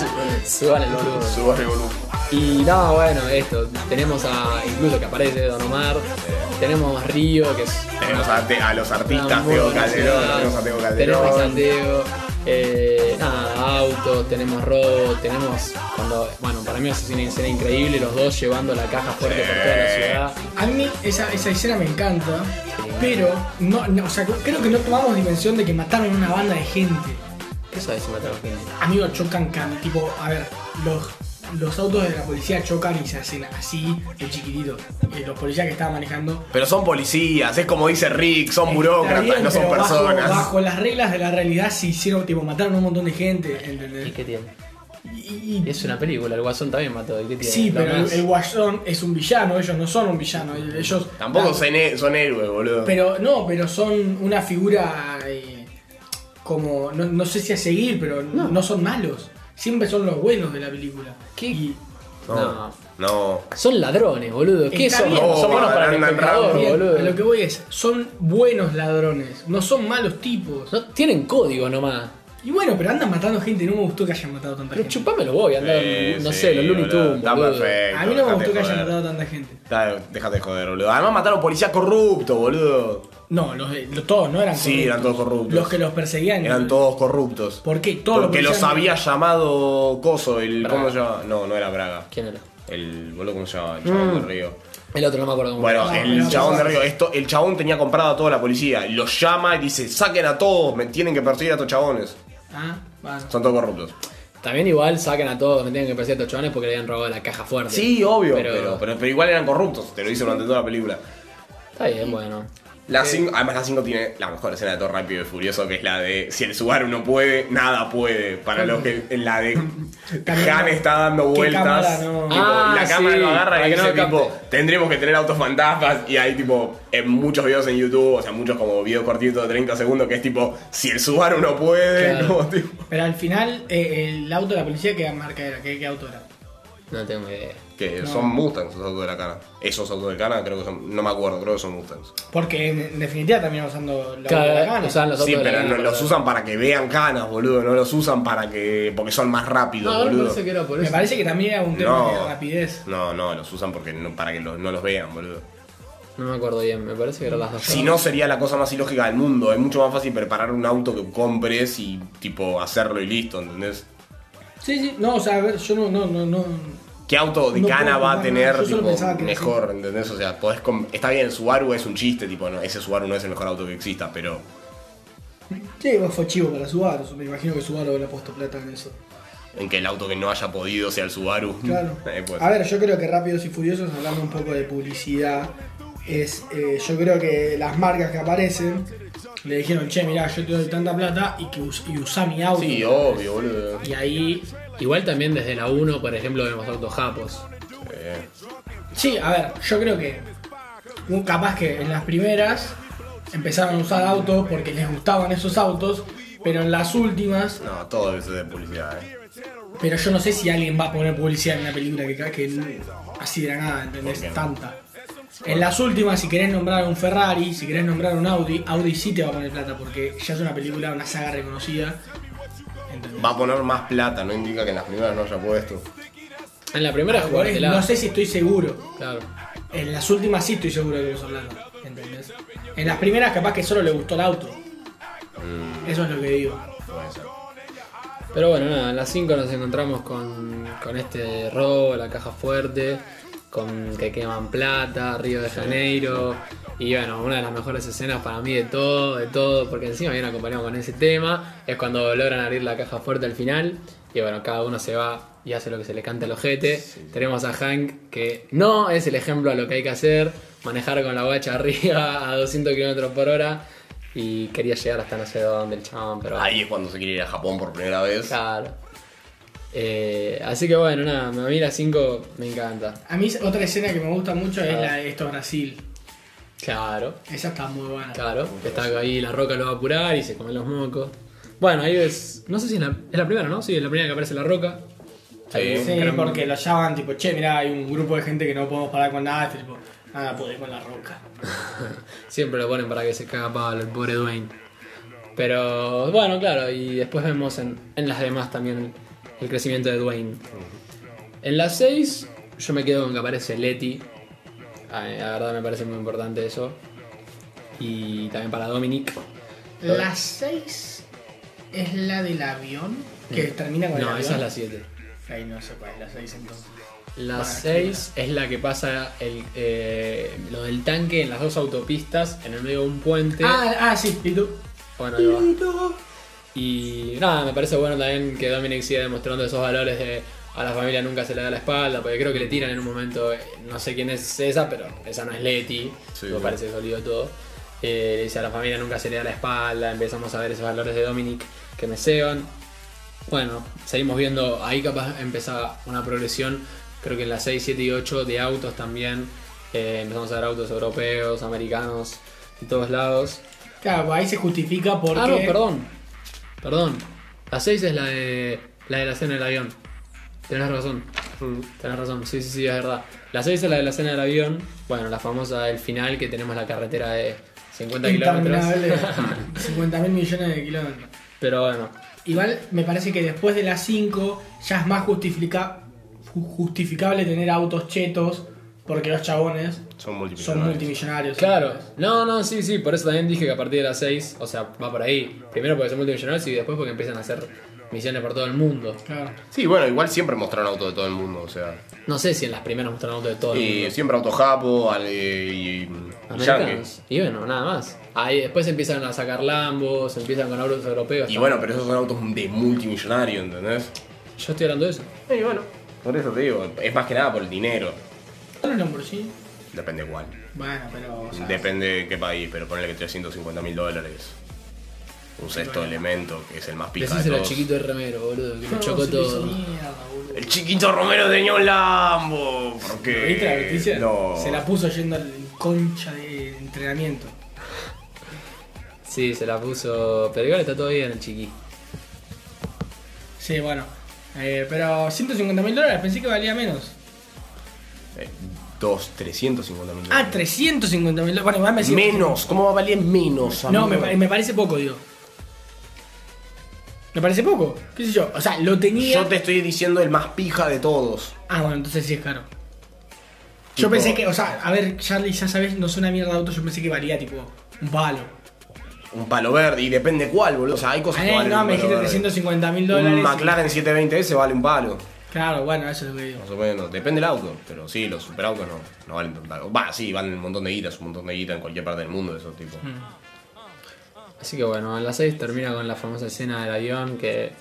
Speaker 3: Suban el boludo.
Speaker 1: Subo el volumen.
Speaker 3: Y no, bueno, esto. Tenemos a. Incluso que aparece Don Omar. eh, Tenemos Río, que es
Speaker 1: Tenemos a, te- a los
Speaker 3: Una
Speaker 1: artistas,
Speaker 3: muy
Speaker 1: Teo
Speaker 3: buena
Speaker 1: Calderón,
Speaker 3: ciudad.
Speaker 1: tenemos a Teo
Speaker 3: Tenemos a
Speaker 1: Calderón.
Speaker 3: Teo, eh, nada, autos, tenemos robo, tenemos cuando, bueno, para mí es una escena increíble, los dos llevando la caja fuerte por toda la
Speaker 1: Sí.
Speaker 3: ciudad.
Speaker 2: A mí esa, esa escena me encanta, pero no, no, o sea, creo que no tomamos dimensión de que mataron una banda de gente.
Speaker 3: ¿Qué sabes si mataron gente?
Speaker 2: Amigos, chocan cam, tipo, a ver, los, los autos de la policía chocan y se hacen así, el chiquitito. Eh, los policías que estaban manejando
Speaker 1: Pero son policías, es como dice Rick, son
Speaker 2: Está
Speaker 1: burócratas,
Speaker 2: bien,
Speaker 1: no son
Speaker 2: pero bajo-
Speaker 1: personas.
Speaker 2: Bajo, las reglas de la realidad se hicieron, tipo, mataron a un montón de gente,
Speaker 3: ¿Y
Speaker 2: ¿entendés?
Speaker 3: qué tiene?
Speaker 2: Y, y-
Speaker 3: Y es una película, el Guasón también mató. ¿y qué tiene?
Speaker 2: sí,
Speaker 3: No
Speaker 2: pero el,
Speaker 3: más.
Speaker 2: el Guasón es un villano, ellos no son un villano, ellos...
Speaker 1: Tampoco
Speaker 2: la-
Speaker 1: son, he- son héroes, boludo.
Speaker 2: Pero no, pero son una figura eh, como, no, no sé si a seguir, pero no. son malos. Siempre son los buenos de la película.
Speaker 3: ¿Qué?
Speaker 2: Y
Speaker 1: no.
Speaker 3: no.
Speaker 1: No.
Speaker 3: Son ladrones, boludo. ¿Qué
Speaker 2: Está
Speaker 3: son?
Speaker 2: bien.
Speaker 3: No,
Speaker 1: Oh,
Speaker 3: son buenos para el
Speaker 1: Andan
Speaker 3: espectador,
Speaker 1: rápido.
Speaker 2: bien, a
Speaker 3: boludo.
Speaker 2: lo que voy es, son buenos ladrones, no son malos tipos.
Speaker 3: No, tienen código nomás.
Speaker 2: Y bueno, pero andan matando gente, no me gustó que hayan matado tanta
Speaker 3: Pero
Speaker 2: gente.
Speaker 3: chupame los voy, andar,
Speaker 1: Sí,
Speaker 3: no
Speaker 1: sí,
Speaker 3: sé, los Looney
Speaker 1: boludo.
Speaker 3: Tunes,
Speaker 1: Está
Speaker 3: boludo.
Speaker 1: perfecto.
Speaker 2: A mí no me
Speaker 1: Eh, dejate
Speaker 2: gustó que hayan
Speaker 1: joder.
Speaker 2: matado tanta gente.
Speaker 1: Dale, Déjate de joder, boludo. Además mataron policías corruptos, boludo.
Speaker 2: No, los, de- los- todos no eran
Speaker 1: Sí, eran todos corruptos.
Speaker 2: Los que los perseguían.
Speaker 1: Eran todos corruptos.
Speaker 2: ¿Por qué? Todos
Speaker 1: Porque los
Speaker 2: perseguían-
Speaker 1: había llamado Coso, el.
Speaker 3: Braga.
Speaker 1: ¿Cómo se llama? No, no era Braga.
Speaker 3: ¿Quién era?
Speaker 1: El boludo, ¿cómo se llama? El chabón del río.
Speaker 3: El otro no me acuerdo cómo
Speaker 1: Bueno,
Speaker 3: era.
Speaker 2: Ah,
Speaker 1: el
Speaker 2: pero-
Speaker 1: chabón del río. Esto, el chabón tenía comprado a toda la policía. Los llama y dice: saquen a todos, me tienen que perseguir a estos chabones.
Speaker 2: Ah, bueno.
Speaker 1: Son todos corruptos.
Speaker 3: También igual sacan a todos, me tienen que parecer a estos chavales porque le habían robado la caja fuerte.
Speaker 1: Sí, obvio, pero,
Speaker 3: Pero-
Speaker 1: pero- pero igual eran corruptos, te lo hice durante toda la película.
Speaker 3: Está bien, bueno.
Speaker 2: Eh,
Speaker 1: La cinco- además, la 5 tiene la mejor escena de todo Rápido y Furioso, que es la de si el Subaru no puede, nada puede. Para los que. en La
Speaker 2: [laughs]
Speaker 1: de. Han está dando
Speaker 2: ¿Qué
Speaker 1: vueltas.
Speaker 2: cámara, no?
Speaker 1: tipo,
Speaker 3: Ah,
Speaker 1: la cámara
Speaker 3: sí,
Speaker 1: lo agarra
Speaker 3: para
Speaker 1: y
Speaker 3: que no
Speaker 1: dice,
Speaker 3: lo
Speaker 1: tipo,
Speaker 3: capte.
Speaker 1: tendremos que tener autos fantasmas. Y hay, tipo, en muchos videos en YouTube, o sea, muchos como videos cortitos de 30 segundos, que es tipo, si el Subaru no [laughs] puede,
Speaker 3: Claro.
Speaker 1: como, tipo.
Speaker 2: Pero al final, eh, el auto de la policía, ¿qué marca era? ¿Qué, qué auto era?
Speaker 3: No tengo idea.
Speaker 1: Que
Speaker 2: No.
Speaker 1: son Mustangs esos autos de la cana. Esos autos de cana, creo que son. No me acuerdo, creo que son Mustangs.
Speaker 2: Porque en, en definitiva terminan usando la
Speaker 3: Cada-
Speaker 2: de la gana.
Speaker 3: usaban los
Speaker 1: Sí,
Speaker 3: autos de la
Speaker 1: pero
Speaker 3: gana
Speaker 1: no-
Speaker 3: para-
Speaker 1: los usan para que vean canas, boludo. No los usan para que. porque son más rápidos,
Speaker 3: No, no me
Speaker 1: boludo.
Speaker 3: parece que era por
Speaker 2: Me
Speaker 3: eso.
Speaker 2: parece que también era un tema
Speaker 1: No.
Speaker 2: de rapidez.
Speaker 1: No, no, los usan porque no- para que los- no los vean, boludo.
Speaker 3: No me acuerdo bien, me parece que eran las dos.
Speaker 1: Si no, sería la cosa más ilógica del mundo. Es mucho más fácil preparar un auto que compres y, tipo, hacerlo y listo, ¿entendés?
Speaker 2: Sí, sí, no, o sea, a ver, yo no, no, no, no.
Speaker 1: ¿Qué auto de
Speaker 2: No
Speaker 1: cana
Speaker 2: puedo
Speaker 1: va a
Speaker 2: tomar
Speaker 1: tener
Speaker 2: nada. Yo solo
Speaker 1: tipo,
Speaker 2: pensaba que era
Speaker 1: mejor? ¿Entendés? O sea, podés com- está bien, el Subaru es un chiste, tipo, no, ese Subaru no es el mejor auto que exista, pero
Speaker 2: Sí, fue chivo para Subaru, me imagino que Subaru hubiera puesto plata en eso.
Speaker 1: en que el auto que no haya podido sea el Subaru.
Speaker 2: Claro.
Speaker 1: [laughs] Eh, pues.
Speaker 2: A ver, yo creo que Rápidos y Furiosos, hablando un poco de publicidad, es eh, yo creo que las marcas que aparecen le dijeron, che, mirá, yo te doy tanta plata y que us- y usá mi auto.
Speaker 1: Sí, obvio, boludo.
Speaker 2: y ahí
Speaker 3: Igual también desde la 1, por ejemplo, vemos autos japos.
Speaker 1: Eh.
Speaker 2: Sí, a ver, yo creo que un- capaz que en las primeras empezaron a usar autos porque les gustaban esos autos, pero en las últimas,
Speaker 1: No, todo eso de publicidad, eh.
Speaker 2: pero yo no sé si alguien va a poner publicidad en una película que ca- que n- así de la nada, ¿entendés?
Speaker 1: ¿Por qué no?
Speaker 2: Tanta. En las últimas, si querés nombrar un Ferrari, si querés nombrar un Audi, Audi sí te va a poner plata porque ya es una película, una saga reconocida. ¿entendés?
Speaker 1: Va a poner más plata, no indica que en las primeras no haya puesto.
Speaker 3: En la primera
Speaker 2: Ah, Por eso,
Speaker 3: jugártela.
Speaker 2: No sé si estoy seguro.
Speaker 3: Claro.
Speaker 2: En las últimas sí estoy seguro de que los plata, ¿entendés? En las primeras capaz que solo le gustó el auto.
Speaker 3: Mm.
Speaker 2: Eso es lo que digo.
Speaker 1: Puede ser.
Speaker 3: Pero bueno, nada, en la 5 nos encontramos con, con este robo, la caja fuerte, con que queman plata, Río de Janeiro. Y bueno, una de las mejores escenas para mí de todo, de todo, porque encima viene acompañado con ese tema, es cuando logran abrir la caja fuerte al final. Y bueno, cada uno se va y hace lo que se le canta el ojete. Tenemos a Hank, que no es el ejemplo a lo que hay que hacer, manejar con la guacha [laughs] arriba a 200 kilómetros por hora. Y quería llegar hasta no sé dónde el chabón, pero...
Speaker 1: Ahí es cuando se quiere ir a Japón por primera vez.
Speaker 3: Claro. Eh, así que bueno, nada, a mí la 5 me encanta.
Speaker 2: A mí otra escena que me gusta mucho es la de esto Brasil.
Speaker 3: Claro,
Speaker 2: Esa está muy buena.
Speaker 3: claro. Está ahí, la roca lo va a apurar y se come los mocos. Bueno, ahí es. No sé si es la, es la primera, ¿no? Sí, es la primera que aparece la roca. Ahí
Speaker 1: Sí.
Speaker 3: un
Speaker 2: Sí,
Speaker 3: gran-
Speaker 2: porque lo llaman tipo, che, mirá, hay un grupo de gente que no podemos parar con nada, este tipo, nada, puede con la roca.
Speaker 3: Siempre lo ponen para que se caga palo el pobre Dwayne. Pero bueno, claro, y después vemos en, en las demás también el crecimiento de Dwayne. En las 6 yo me quedo con que aparece Letty. Ay, La verdad me parece muy importante eso. Y también para Dominic.
Speaker 2: La 6 es la del avión, que termina con el
Speaker 3: Mm. No,
Speaker 2: avión.
Speaker 3: esa es la 7.
Speaker 2: Ay, no sé cuál es la 6 entonces.
Speaker 3: La
Speaker 2: Bueno,
Speaker 3: 6 es la que pasa el, eh, lo del tanque en las dos autopistas, en el medio de un puente.
Speaker 2: Ah, ah, sí, y tú.
Speaker 3: Bueno, ahí va. Y nada, me parece bueno también que Dominic siga demostrando esos valores de a la familia nunca se le da la espalda, porque creo que le tiran en un momento, eh, no sé quién es esa, pero esa no es Leti,
Speaker 1: Sí,
Speaker 3: me
Speaker 1: sí.
Speaker 3: parece sólido todo. Eh, le dice a la familia nunca se le da la espalda, empezamos a ver esos valores de Dominic que me ceban. Bueno, seguimos viendo, ahí capaz empieza una progresión, creo que en la 6, 7 y 8 de autos también, eh, empezamos a ver autos europeos, americanos, de todos lados.
Speaker 2: Claro, pues ahí se justifica porque.
Speaker 3: Ah, no, perdón, perdón, la 6 es la de la, de la escena del avión, tenés razón, tenés razón, sí, sí, sí, es verdad. La 6 es la de la escena del avión, bueno, la famosa del final que tenemos la carretera de 50 kilómetros.
Speaker 2: Interminable. 50 mil millones de kilómetros.
Speaker 3: [laughs] Pero bueno,
Speaker 2: Igual me parece que después de las 5 ya es más justifica- ju- justificable tener autos chetos porque los chabones
Speaker 1: Son
Speaker 2: son
Speaker 1: multimillonarios.
Speaker 2: multimillonarios.
Speaker 3: Claro, no, no, sí, sí, por eso también dije que a partir de las 6, o sea, va por ahí. Primero porque son multimillonarios y después porque empiezan a hacer misiones por todo el mundo.
Speaker 2: Claro.
Speaker 1: Sí, bueno, igual siempre mostraron autos de todo el mundo, o sea.
Speaker 3: No sé si en las primeras mostraron autos de todo el
Speaker 1: Y
Speaker 3: mundo.
Speaker 1: siempre auto japo al- y, y
Speaker 3: Americanos. Y bueno, nada más. Ahí después empiezan a sacar Lambos, empiezan con autos europeos.
Speaker 1: Y bueno, pero esos son autos de multimillonario, ¿entendés?
Speaker 3: Yo estoy hablando de eso.
Speaker 1: Y bueno, por eso te digo, es más que nada por el dinero.
Speaker 2: ¿Son los Lamborghini?
Speaker 1: Depende cuál.
Speaker 2: Bueno, pero. o sea,
Speaker 1: Depende de qué país, pero ponele que 350 mil dólares. Un sexto elemento, que es el más pica de
Speaker 3: Decíselo al
Speaker 1: todos.
Speaker 3: chiquito de remero, boludo, que
Speaker 2: no,
Speaker 3: me chocó
Speaker 2: se lo hizo
Speaker 3: todo.
Speaker 2: mierda, boludo.
Speaker 1: El chiquito Romero tenía un Lambo. ¿Por qué?
Speaker 2: ¿Viste la noticia?
Speaker 1: No.
Speaker 2: Se la puso yendo al concha de entrenamiento.
Speaker 3: Sí, se la puso. Pero igual está todo bien el chiqui.
Speaker 2: Sí, bueno. Eh, pero 150 mil dólares, pensé que valía menos.
Speaker 1: Eh, Dos, 350 mil
Speaker 2: Ah,
Speaker 1: dólares.
Speaker 2: 350 mil dólares. Bueno, igual me decía-
Speaker 1: Menos, ¿cómo va a valer menos?
Speaker 2: No,
Speaker 1: amigo?
Speaker 2: me, pa- me parece poco, digo. Me parece poco, qué sé yo. O sea, lo tenía.
Speaker 1: Yo te estoy diciendo el más pija de todos.
Speaker 2: Ah, bueno, entonces sí es caro.
Speaker 1: Tipo-
Speaker 2: Yo pensé que, o sea, a ver, Charlie, ya sabes, no es una mierda de auto, yo pensé que valía tipo un palo.
Speaker 1: Un palo verde, y depende cuál, boludo. O sea, hay cosas que
Speaker 2: Eh,
Speaker 1: valen
Speaker 2: no,
Speaker 1: un
Speaker 2: me dijiste
Speaker 1: palo verde.
Speaker 2: 350 mil dólares.
Speaker 1: eh. Un McLaren 720S vale un palo.
Speaker 2: Claro, bueno, eso es lo que digo.
Speaker 1: Más o menos, depende del auto, pero sí, los superautos no, no valen tanto. Va, sí, valen un montón de guitas, un montón de guita en cualquier parte del mundo de esos tipos.
Speaker 2: Mm.
Speaker 3: Así que bueno, a las 6 termina con la famosa escena del avión que.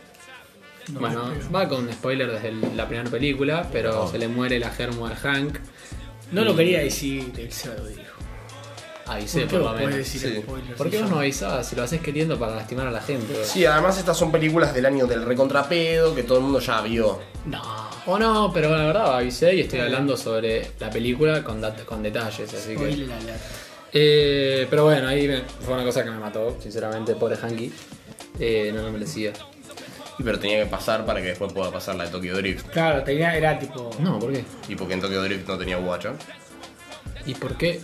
Speaker 3: bueno, va con spoiler desde el- la primera película, pero se le muere la germo al Hank.
Speaker 2: No lo quería decir, él se lo dijo.
Speaker 3: Avisé
Speaker 2: ¿Por qué
Speaker 3: por lo
Speaker 2: vos podés
Speaker 3: menos.
Speaker 2: decir
Speaker 1: Sí.
Speaker 2: spoilers?
Speaker 3: ¿Por qué vos no avisabas si lo haces queriendo para lastimar a la gente?
Speaker 1: Sí, además estas son películas del año del recontrapedo que todo el mundo ya vio.
Speaker 3: No. O no, pero la verdad avisé y estoy hablando sobre la película con, dat- con detalles, así que.
Speaker 2: Spoiler alert.
Speaker 3: Eh, pero bueno, ahí me- fue una cosa que me mató, sinceramente, pobre Hanky. Eh, no lo merecía.
Speaker 1: Y pero tenía que pasar para que después pueda pasar la de Tokyo Drift.
Speaker 2: Claro, tenía, era tipo.
Speaker 3: No, ¿por qué?
Speaker 1: Y porque en Tokyo Drift no tenía guacha.
Speaker 3: ¿Y por qué?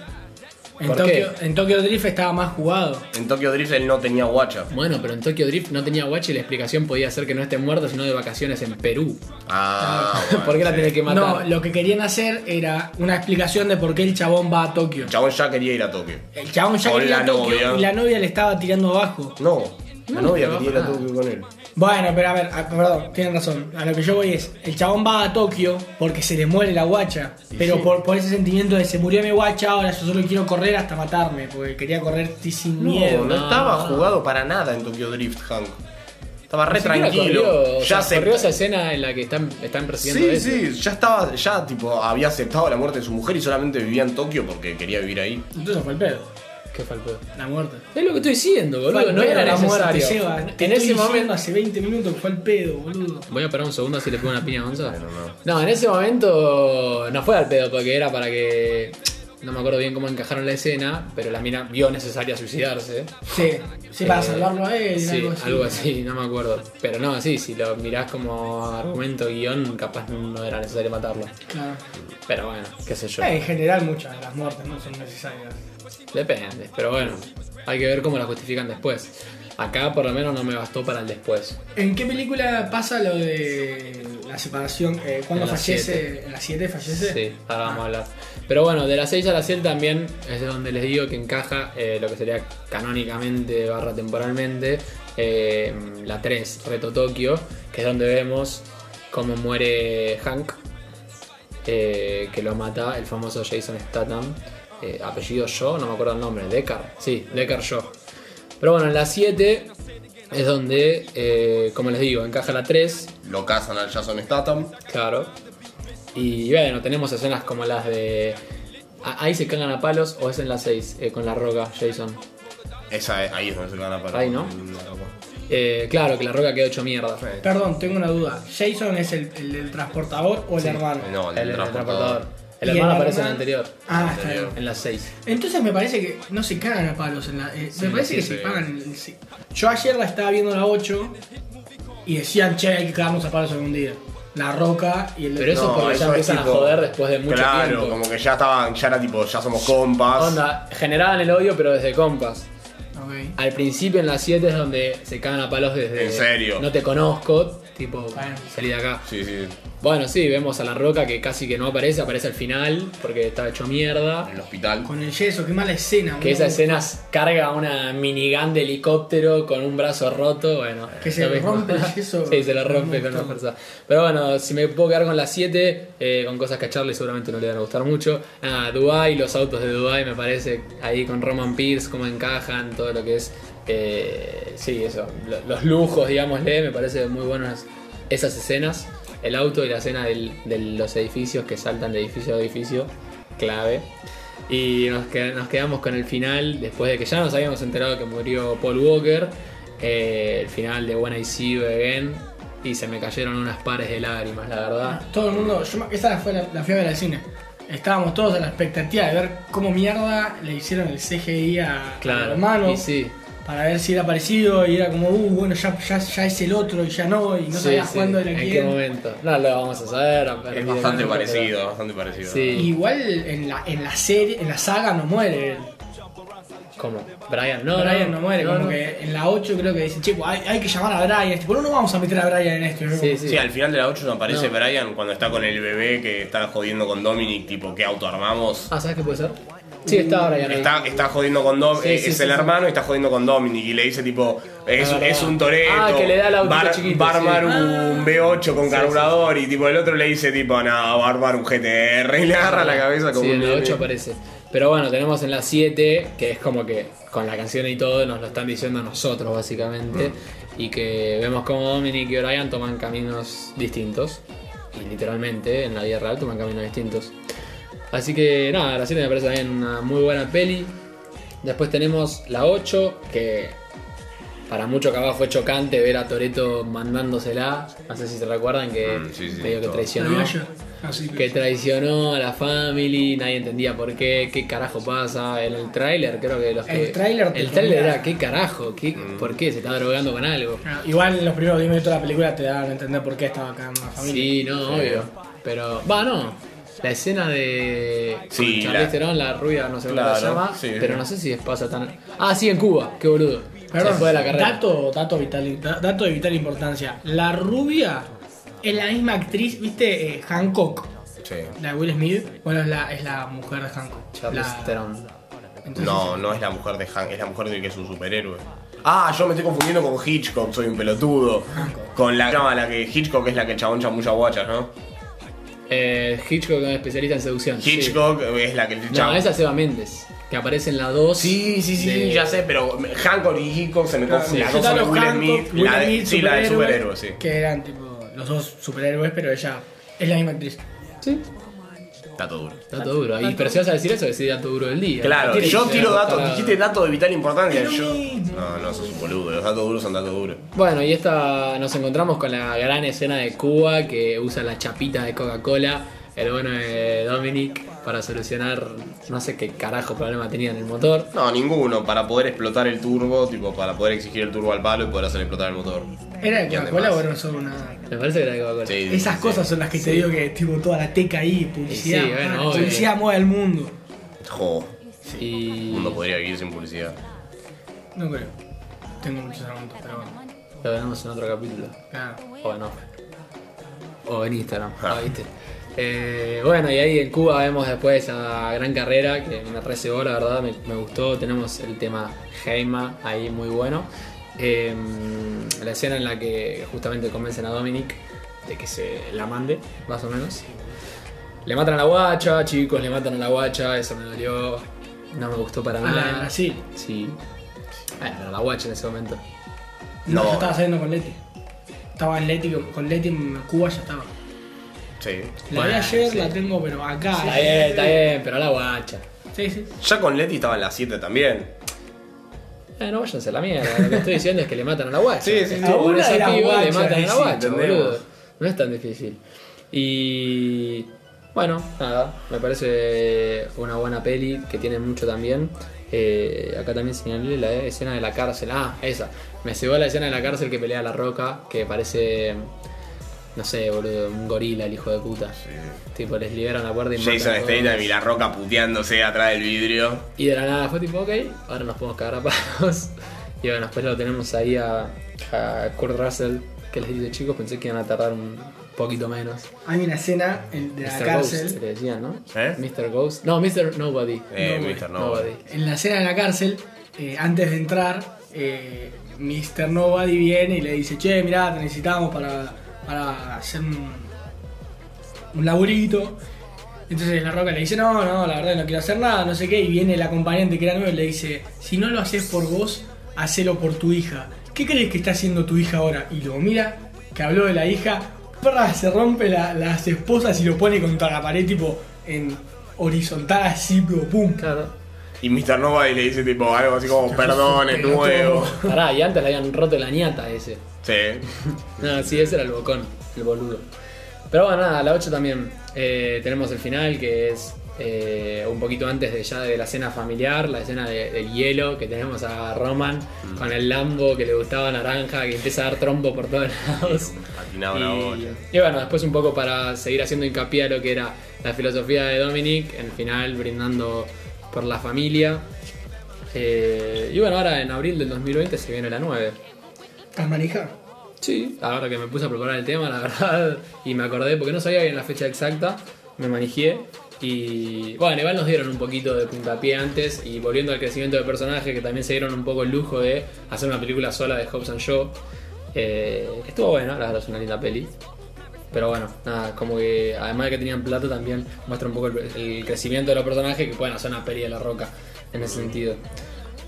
Speaker 2: En
Speaker 3: ¿por
Speaker 2: Tokio,
Speaker 3: qué?
Speaker 2: en Tokio Drift estaba más jugado.
Speaker 1: En Tokyo Drift él no tenía guacha.
Speaker 3: Bueno, pero en Tokyo Drift no tenía guache y la explicación podía ser que no esté muerto, sino de vacaciones en Perú.
Speaker 1: Ah, bueno,
Speaker 3: ¿Por qué la
Speaker 1: sí.
Speaker 3: tiene que
Speaker 2: No,
Speaker 3: matar?
Speaker 2: lo que querían hacer era una explicación de por qué el chabón va a Tokio.
Speaker 1: El chabón ya quería ir a Tokio.
Speaker 2: El chabón ya
Speaker 1: Con
Speaker 2: quería ir a
Speaker 1: la
Speaker 2: Tokio
Speaker 1: novia.
Speaker 2: y la novia le estaba tirando abajo.
Speaker 1: No, la novia
Speaker 3: no
Speaker 1: quería ir a
Speaker 3: pasa nada.
Speaker 1: Tokio con él.
Speaker 2: Bueno, pero a ver, ah, perdón, tienen razón. A lo que yo voy es, el chabón va a Tokio porque se le muere la guacha. pero por, por ese sentimiento de se murió mi guacha, ahora yo solo quiero correr hasta matarme. Porque quería correr ti- sin miedo.
Speaker 1: No, no estaba jugado para nada en Tokyo Drift, Hank. Estaba re
Speaker 3: Ni siquiera
Speaker 1: tranquilo.
Speaker 3: corrió, o
Speaker 1: ya
Speaker 3: sea,
Speaker 1: se
Speaker 3: corrió esa escena en la que están, están persiguiendo
Speaker 1: Sí,
Speaker 3: eso.
Speaker 1: sí, ya estaba, ya tipo había aceptado la muerte de su mujer y solamente vivía en Tokio porque quería vivir ahí.
Speaker 2: Entonces fue el pedo,
Speaker 3: Qué falpó.
Speaker 2: la muerte.
Speaker 3: Es lo que estoy diciendo, boludo.
Speaker 2: Fue al
Speaker 3: no
Speaker 2: pedo,
Speaker 3: era
Speaker 2: la muerte,
Speaker 3: necesario.
Speaker 2: Seba. Te
Speaker 3: en
Speaker 2: estoy
Speaker 3: ese
Speaker 2: diciendo
Speaker 3: momento.
Speaker 2: hace 20 minutos que fue el pedo, boludo.
Speaker 3: Voy a parar un segundo si le pongo una piña a Gonza.
Speaker 1: Bueno, no.
Speaker 3: No, en ese momento no fue al pedo porque era para que. No me acuerdo bien cómo encajaron la escena, pero la mina vio necesaria suicidarse.
Speaker 2: Sí, sí, para
Speaker 3: Eh,
Speaker 2: salvarlo a él,
Speaker 3: sí,
Speaker 2: algo así.
Speaker 3: no me acuerdo. Pero no, sí, si lo mirás como argumento guión, capaz no era necesario matarlo.
Speaker 2: Claro.
Speaker 3: Pero bueno, qué sé yo.
Speaker 2: Eh, en general muchas de las muertes no son necesarias.
Speaker 3: Depende, pero bueno, hay que ver cómo la justifican después. Acá por lo menos no me bastó para el después.
Speaker 2: ¿En qué película pasa lo de la separación? Eh, cuando
Speaker 3: En la
Speaker 2: fallece,
Speaker 3: siete.
Speaker 2: en la 7 fallece.
Speaker 3: Sí, ahora vamos a hablar. Pero bueno, de las 6 a las 7 también es de donde les digo que encaja eh, lo que sería canónicamente barra temporalmente eh, la 3, Reto Tokio, que es donde vemos cómo muere Hank, eh, que lo mata el famoso Jason Statham, eh, apellido Shaw, no me acuerdo el nombre, Deckard, sí, Deckard Shaw. Pero bueno, en la 7 es donde, eh, como les digo, encaja la 3,
Speaker 1: Lo casan al Jason Statham.
Speaker 3: Claro. Y bueno, tenemos escenas como las de. ah, Ahí se cagan a palos o es en la 6 con la eh, roca, Jason.
Speaker 1: Esa es- ahí es donde se gana para.
Speaker 3: Ahí, ¿no? Eh, claro, que la roca quedó hecho mierda.
Speaker 1: Sí.
Speaker 2: Perdón, tengo una duda. ¿Jason es el, el del transportador o el hermano?
Speaker 1: No,
Speaker 3: El, el transportador.
Speaker 1: transportador.
Speaker 3: El
Speaker 2: Y el
Speaker 3: hermano aparece en
Speaker 2: hermano-
Speaker 3: el anterior,
Speaker 2: Ah, está bien.
Speaker 3: en las 6.
Speaker 2: Entonces me parece que no se cagan a palos en la. eh, me parece
Speaker 1: sí,
Speaker 2: que
Speaker 1: sí.
Speaker 2: se pagan. el- sí. Yo ayer la estaba viendo a la 8 y decían, che, hay que cagarnos a palos algún día. La roca y el.
Speaker 3: Pero eso
Speaker 1: No,
Speaker 3: es porque
Speaker 1: eso
Speaker 3: ya
Speaker 1: es
Speaker 3: empiezan
Speaker 1: tipo-
Speaker 3: a joder después de mucho
Speaker 1: claro,
Speaker 3: tiempo.
Speaker 1: como que ya estaban, ya era tipo, ya somos compas.
Speaker 3: Onda, generaban el odio, pero desde compas.
Speaker 2: Ok.
Speaker 3: Al principio en las 7 es donde se cagan a palos desde.
Speaker 1: En serio.
Speaker 3: No te conozco, tipo,
Speaker 2: Bueno.
Speaker 3: salí de acá.
Speaker 1: Sí, sí.
Speaker 3: Bueno, sí, vemos a la roca que casi que no aparece, aparece al final porque está hecho mierda.
Speaker 1: En el hospital.
Speaker 2: Con el yeso, qué mala escena,
Speaker 3: Que
Speaker 2: boludo.
Speaker 3: esa escena carga una minigun de helicóptero con un brazo roto, bueno.
Speaker 2: Que se
Speaker 3: lo
Speaker 2: le
Speaker 3: mismo.
Speaker 2: rompe
Speaker 3: [laughs]
Speaker 2: el yeso.
Speaker 3: sí, se lo rompe con
Speaker 2: Un
Speaker 3: la
Speaker 2: montón.
Speaker 3: fuerza. Pero bueno, si me puedo quedar con las 7, con cosas que a Charlie seguramente no le van a gustar mucho. Ah, Dubai, los autos de Dubai me parece, ahí con Roman Pierce, cómo encajan, todo lo que es... eh, sí, eso, lo- los lujos, digámosle, me parece muy buenas esas escenas. El auto y la escena del- de los edificios que saltan de edificio a edificio, clave. Y nos, qued- nos quedamos con el final, después de que ya nos habíamos enterado que murió Paul Walker, eh, el final de When I See You Again, y se me cayeron unas pares de lágrimas, la verdad.
Speaker 2: Todo el mundo. Yo, me- esa fue la, la fui a ver al cine. Estábamos todos a la expectativa de ver cómo mierda le hicieron el CGI a, al hermano.
Speaker 3: Y sí,
Speaker 2: Para ver si era parecido y era como, uh, bueno, ya, ya, ya es el otro y ya no, y no
Speaker 3: sí,
Speaker 2: sabías
Speaker 3: sí.
Speaker 2: cuándo era
Speaker 3: ¿En qué
Speaker 2: quién.
Speaker 3: momento? No lo vamos a saber.
Speaker 1: Es bastante
Speaker 3: pero-
Speaker 1: parecido, bastante parecido.
Speaker 3: Sí.
Speaker 2: Igual en la, en la serie, en la saga no muere él.
Speaker 3: ¿Cómo? Brian, no.
Speaker 2: Brian no muere, como
Speaker 3: no.
Speaker 2: que en la 8 creo que dicen, chico, hay, hay que llamar a Brian, tipo, no, no vamos a meter a Brian en esto. Yo
Speaker 3: Sí,
Speaker 2: como,
Speaker 3: sí.
Speaker 1: Sí, al final de la 8 aparece
Speaker 3: No.
Speaker 1: Brian cuando está con el bebé que está jodiendo con Dominic, tipo, ¿qué auto armamos?
Speaker 3: Ah, ¿sabes qué puede ser? Sí, está Brian. ahí.
Speaker 1: Está, está jodiendo con Dominic,
Speaker 3: Sí, sí,
Speaker 1: es
Speaker 3: sí,
Speaker 1: el
Speaker 3: sí.
Speaker 1: hermano y está jodiendo con Dominic y le dice tipo, es,
Speaker 3: Ah, verdad.
Speaker 1: es un toreto,
Speaker 3: Ah, que le da el autito chiquito,
Speaker 1: va a armar
Speaker 3: sí. Ah.
Speaker 1: un B8 con
Speaker 3: Sí,
Speaker 1: carburador y tipo el otro le dice tipo, no, va a armar un GTR y le agarra la cabeza como
Speaker 3: Ah, Sí,
Speaker 1: un
Speaker 3: en la
Speaker 1: nene.
Speaker 3: 8 aparece. Pero bueno, tenemos en la 7, que es como que con la canción y todo nos lo están diciendo a nosotros, básicamente.
Speaker 1: Mm.
Speaker 3: Y que vemos como Dominic y Brian toman caminos distintos. Y literalmente, en la vida real toman caminos distintos. Así que nada, la 7 me parece también una muy buena peli. Después tenemos la 8, que para mucho que abajo fue chocante ver a Toreto mandándosela. No sé si se recuerdan que
Speaker 1: Mm, sí, sí,
Speaker 3: medio que
Speaker 1: todo.
Speaker 2: "Lo
Speaker 3: traicionó
Speaker 2: vi ayer". Así que-
Speaker 3: que traicionó a la family, nadie entendía por qué, qué carajo pasa. En el tráiler creo que los que-
Speaker 2: El tráiler te
Speaker 3: El tráiler
Speaker 2: comía.
Speaker 3: era qué carajo, ¿Qué-
Speaker 1: Mm.
Speaker 3: por qué se está drogando con algo.
Speaker 2: Ah, Igual en los primeros 10 minutos de la película te dan a entender por qué estaba acá en la familia.
Speaker 3: Sí, no, obvio. Pero. Va, no. La escena de
Speaker 1: Sí,
Speaker 3: con Charlize
Speaker 1: la-
Speaker 3: Theron, la rubia, no sé cómo
Speaker 1: Claro,
Speaker 3: se llama.
Speaker 1: sí.
Speaker 3: Pero no sé si pasa tan. Ah, sí, en Cuba, qué boludo.
Speaker 2: Perdón,
Speaker 3: se fue de la carrera.
Speaker 2: Dato, dato, vital, da- dato de vital importancia. La rubia es la misma actriz, viste, Eh, Hancock,
Speaker 3: pues.
Speaker 1: Sí.
Speaker 2: la de Will Smith. Bueno, es la, es la mujer de Hancock.
Speaker 1: pues,
Speaker 3: Charlize
Speaker 2: La-
Speaker 3: Theron.
Speaker 2: entonces-
Speaker 1: No, no es la mujer de Hank, es la mujer del que es un superhéroe. Ah, yo me estoy confundiendo con Hitchcock, soy un pelotudo. Con la llama la que Hitchcock es la que el chabón chamulla guachas, ¿no?
Speaker 3: Eh, Hitchcock es especialista en seducción. sí.
Speaker 1: Hitchcock es la que el
Speaker 3: No,
Speaker 1: chabón.
Speaker 3: esa es Eva Méndez, que aparece en la 2.
Speaker 1: Sí, sí, sí,
Speaker 3: de-
Speaker 1: ya sé, pero Hancock y Hitchcock se me
Speaker 2: Sí.
Speaker 1: confunden.
Speaker 2: Yo
Speaker 1: La
Speaker 2: estaba
Speaker 1: dos son Will
Speaker 2: los
Speaker 1: Smith,
Speaker 2: Hancock, Will
Speaker 1: la de,
Speaker 2: Smith,
Speaker 1: sí, la de superhéroe, sí.
Speaker 2: Que eran tipo los dos superhéroes, pero ella es la misma actriz.
Speaker 3: Sí.
Speaker 1: Está todo duro.
Speaker 3: Dato duro. Y pero si vas a decir eso, decís dato duro del día.
Speaker 1: Claro,
Speaker 3: Tiene que
Speaker 1: yo
Speaker 3: ser
Speaker 1: tiro
Speaker 3: dato
Speaker 1: datos,
Speaker 3: para-
Speaker 1: dijiste datos de vital importancia.
Speaker 2: Es lo
Speaker 1: Yo...
Speaker 2: mismo.
Speaker 1: No, no, sos un boludo, los datos duros son datos duros.
Speaker 3: Bueno, y esta nos encontramos con la gran escena de Cuba que usa la chapita de Coca-Cola, el bueno de Dominic, para solucionar no sé qué carajo problema tenía en el motor.
Speaker 1: No, ninguno, para poder explotar el turbo, tipo, para poder exigir el turbo al palo y poder hacer explotar el motor.
Speaker 2: ¿Era de
Speaker 1: Y
Speaker 2: Coca-Cola
Speaker 1: además-
Speaker 2: o era solo una.?
Speaker 3: Me parece que era de Coca-Cola.
Speaker 1: Sí,
Speaker 2: Esas
Speaker 1: sí.
Speaker 2: cosas son las que te digo que tipo toda la teca ahí, publicidad.
Speaker 3: sí, bueno,
Speaker 2: ah,
Speaker 3: obvio.
Speaker 2: publicidad mueve al mundo.
Speaker 1: Jo, el
Speaker 3: Y
Speaker 1: mundo podría vivir sin publicidad.
Speaker 2: No creo. Tengo muchos argumentos, pero bueno.
Speaker 3: lo veremos en otro capítulo.
Speaker 2: Claro.
Speaker 3: O no. O en Instagram. ah, ¿viste? Eh, bueno, y ahí en Cuba vemos después esa gran carrera que me recebó, la verdad, me, me gustó. Tenemos el tema Heima ahí muy bueno. Eh, la escena en la que justamente convencen a Dominic de que se la mande, más o menos. Le matan a la guacha, chicos, le matan a la guacha, eso me dolió. No me gustó para
Speaker 2: Ah,
Speaker 3: nada.
Speaker 2: en Brasil.
Speaker 3: Sí. Ah, era la guacha en ese momento.
Speaker 2: No,
Speaker 1: No.
Speaker 2: yo estaba saliendo con Leti. Estaba en Leti, con Leti en Cuba ya estaba.
Speaker 1: Sí.
Speaker 2: La
Speaker 3: Bueno,
Speaker 2: de ayer
Speaker 3: sí.
Speaker 2: la tengo, pero acá.
Speaker 3: Está bien, está bien, pero a la guacha.
Speaker 2: Sí, sí.
Speaker 1: Ya con Leti estaba en las 7 también.
Speaker 3: Eh, no váyanse a la mierda. Lo que estoy diciendo es que le matan a la guacha.
Speaker 1: Sí, sí, sí.
Speaker 3: Estuvo
Speaker 2: A
Speaker 3: con
Speaker 2: una
Speaker 3: esa
Speaker 2: de las
Speaker 3: piba, le
Speaker 2: guachas,
Speaker 3: matan a la
Speaker 1: sí,
Speaker 3: guacha,
Speaker 1: entendemos.
Speaker 3: boludo. No es tan difícil. Y. Bueno, nada, me parece una buena peli que tiene mucho también. Eh, acá también señalé la escena de la cárcel. Ah, esa. Me cebó la escena de la cárcel que pelea la roca, que parece. No sé, boludo, un gorila, el hijo de puta. Tipo, les liberan la puerta y matan
Speaker 1: Jason
Speaker 3: a
Speaker 1: Statham
Speaker 3: todos.
Speaker 1: y la roca puteándose atrás del vidrio.
Speaker 3: Y de la nada fue tipo, ok, ahora nos podemos cagar a palos. [laughs] Y bueno, después lo tenemos ahí a, a Kurt Russell, que les dice, chicos, pensé que iban a tardar un poquito menos.
Speaker 2: Hay una escena en- de la
Speaker 3: Mr. Ghost,
Speaker 2: cárcel.
Speaker 3: le decían, ¿no?
Speaker 1: ¿Eh?
Speaker 3: Mr. Ghost. No, Mr. Nobody.
Speaker 1: Eh,
Speaker 2: No,
Speaker 1: Mr. Nobody.
Speaker 3: Nobody.
Speaker 2: En la escena de la cárcel, eh, antes de entrar, eh, Mr. Nobody viene y le dice, che, mirá, te necesitamos para, para hacer un, un laburito. Entonces la roca le dice, no, no, la verdad no quiero hacer nada, no sé qué. Y viene el acompañante que era nuevo y le dice, si no lo haces por vos, hacelo por tu hija. ¿Qué crees que está haciendo tu hija ahora? Y lo mira, que habló de la hija, ¡prra! se rompe la- las esposas y lo pone contra la pared, tipo, en horizontal así, tipo, pum.
Speaker 3: Claro.
Speaker 1: Y Mr. Nobody le dice tipo algo así como, perdón,
Speaker 2: [laughs]
Speaker 1: es
Speaker 2: Pelotudo.
Speaker 1: nuevo.
Speaker 3: Pará, y antes le habían roto la ñata a ese.
Speaker 1: Sí.
Speaker 3: No, sí, ese era el bocón, el boludo. Pero bueno, nada, a la 8 también eh, tenemos el final, que es eh, un poquito antes de ya de la escena familiar, la escena de- del hielo, que tenemos a Roman con el Lambo que le gustaba naranja, que empieza a dar trombo por todos [laughs] lados.
Speaker 1: Patinaba la bocha.
Speaker 3: Y, y bueno, después un poco para seguir haciendo hincapié a lo que era la filosofía de Dominic, en el final brindando por la familia. Eh, y bueno, ahora en abril del 2020 se viene la 9.
Speaker 2: ¿Estás manija?
Speaker 3: Sí, ahora que me puse a preparar el tema, la [laughs] verdad, y me acordé, porque no sabía bien la fecha exacta, me manejé. Y bueno, igual nos dieron un poquito de puntapié antes, y volviendo al crecimiento de personaje, que también se dieron un poco el lujo de hacer una película sola de Hobbs and Shaw. Eh, estuvo bueno, la verdad es una linda peli. Pero bueno, nada, como que además de que tenían plata, también muestra un poco el, el crecimiento de los personajes que pueden hacer una peli de la roca en ese sentido.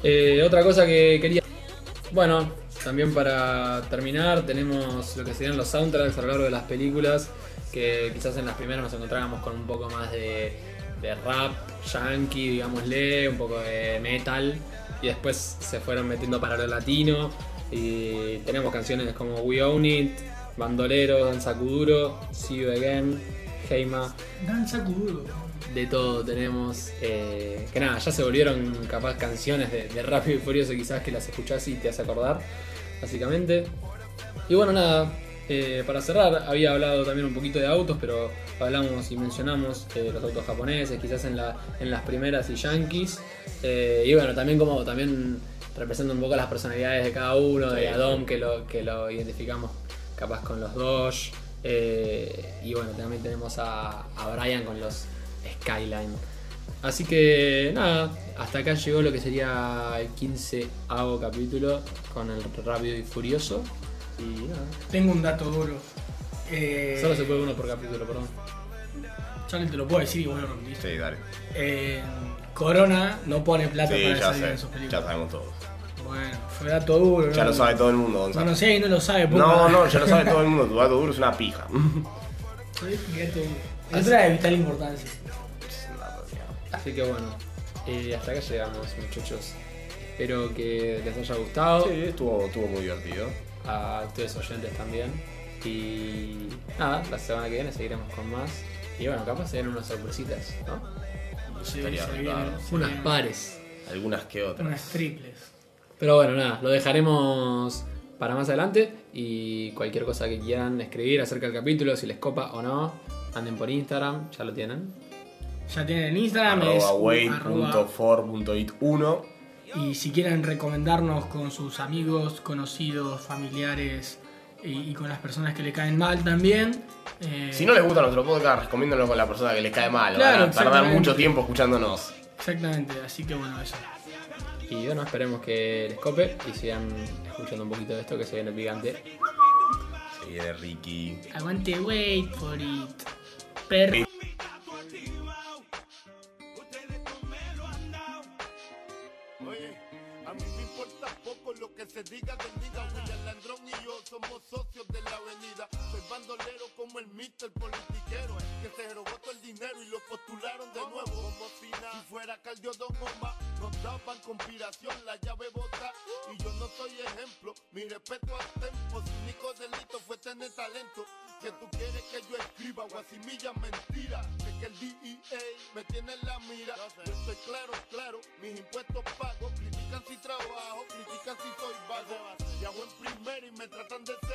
Speaker 3: Eh, otra cosa que quería bueno, también para terminar tenemos lo que serían los soundtracks a lo largo de las películas, que quizás en las primeras nos encontrábamos con un poco más de, de rap, yankee, digámosle, un poco de metal, y después se fueron metiendo para lo latino, y tenemos canciones como We Own It, Bandolero, Danza Kuduro, See You Again, Heima,
Speaker 2: Danza crudo.
Speaker 3: de todo tenemos. eh, que nada, ya se volvieron capaz canciones de, de Rápido y Furioso quizás que las escuchás y te hace acordar, básicamente. Y bueno, nada, eh, para cerrar, había hablado también un poquito de autos, pero hablamos y mencionamos eh, los autos japoneses, quizás en, la, en las primeras y yankees. Eh, y bueno, también como también representa un poco las personalidades de cada uno, de Adam que lo, que lo identificamos capaz con los Dodge. eh, y bueno, también tenemos a, a Brian con los Skyline. Así que nada, hasta acá llegó lo que sería el 15 capítulo con el Rápido y Furioso. Y nada,
Speaker 2: Tengo un dato duro. Eh,
Speaker 3: solo se puede uno por capítulo, perdón.
Speaker 2: Charlie te lo puedo decir y vos lo rompiste.
Speaker 1: Sí, dale.
Speaker 2: Eh, Corona no pone plata
Speaker 1: Sí,
Speaker 2: para
Speaker 1: ya
Speaker 2: salir en
Speaker 1: sé.
Speaker 2: sus
Speaker 1: Ya
Speaker 2: películas.
Speaker 1: sabemos todo.
Speaker 2: Bueno, fue dato duro.
Speaker 1: Ya
Speaker 2: ¿no?
Speaker 1: lo sabe todo el mundo,
Speaker 2: No
Speaker 1: Gonzalo.
Speaker 2: lo sé y no lo sabe.
Speaker 1: No,
Speaker 2: poca.
Speaker 1: no, ya lo sabe todo el mundo. Tu gato duro es una
Speaker 2: [laughs]
Speaker 1: pija.
Speaker 2: Qué dato duro. Eso era de vital importancia.
Speaker 3: Así que bueno, eh, hasta acá llegamos muchachos. Espero que les haya gustado,
Speaker 1: Sí, estuvo, estuvo muy divertido.
Speaker 3: a ustedes oyentes también. Y nada, la semana que viene seguiremos con más. Y bueno, capaz se vienen unas sorpresitas, ¿no?
Speaker 2: Sí,
Speaker 1: Estaría
Speaker 2: se
Speaker 1: raro.
Speaker 2: vienen, se
Speaker 3: Unas
Speaker 2: vienen
Speaker 3: pares.
Speaker 1: Algunas que otras.
Speaker 2: Unas triples.
Speaker 3: Pero bueno, nada, lo dejaremos para más adelante y cualquier cosa que quieran escribir acerca del capítulo, si les copa o no, anden por Instagram, ya lo tienen.
Speaker 2: Ya tienen en Instagram. es
Speaker 1: Arroba
Speaker 2: arroba-
Speaker 1: wait.for.it1.
Speaker 2: Y si quieren recomendarnos con sus amigos, conocidos, familiares y, y con las personas que le caen mal también. eh,
Speaker 1: Si no les gusta nuestro podcast, recomiéndenlo con la persona que les cae mal.
Speaker 2: Claro,
Speaker 1: Van a tardar
Speaker 2: exactamente.
Speaker 1: mucho tiempo escuchándonos.
Speaker 2: Exactamente, así que bueno, eso.
Speaker 3: Y bueno, esperemos que les cope y sigan escuchando un poquito de esto que se viene picante.
Speaker 1: Se viene Ricky.
Speaker 2: Aguante, wait for it. Perro.
Speaker 6: Oye, a mí me importa poco lo que se diga de mi vida. William Landrón y yo somos socios de la avenida. Soy bandolero como el mister politiquero que se robó todo el dinero y lo postularon de nuevo. Como si nada. Si fuera Caldiodón o más, Nos daban conspiración, la llave bota. Y yo no soy ejemplo. Mi respeto al tempo. Su único delito fue tener talento. Que tú quieres que yo escriba guasimilla mentira. De que el DEA me tiene en la mira. Yo soy claro, claro. Mis impuestos pagos. Critican si trabajo, critican si soy vago. Y hago en primera y me tratan de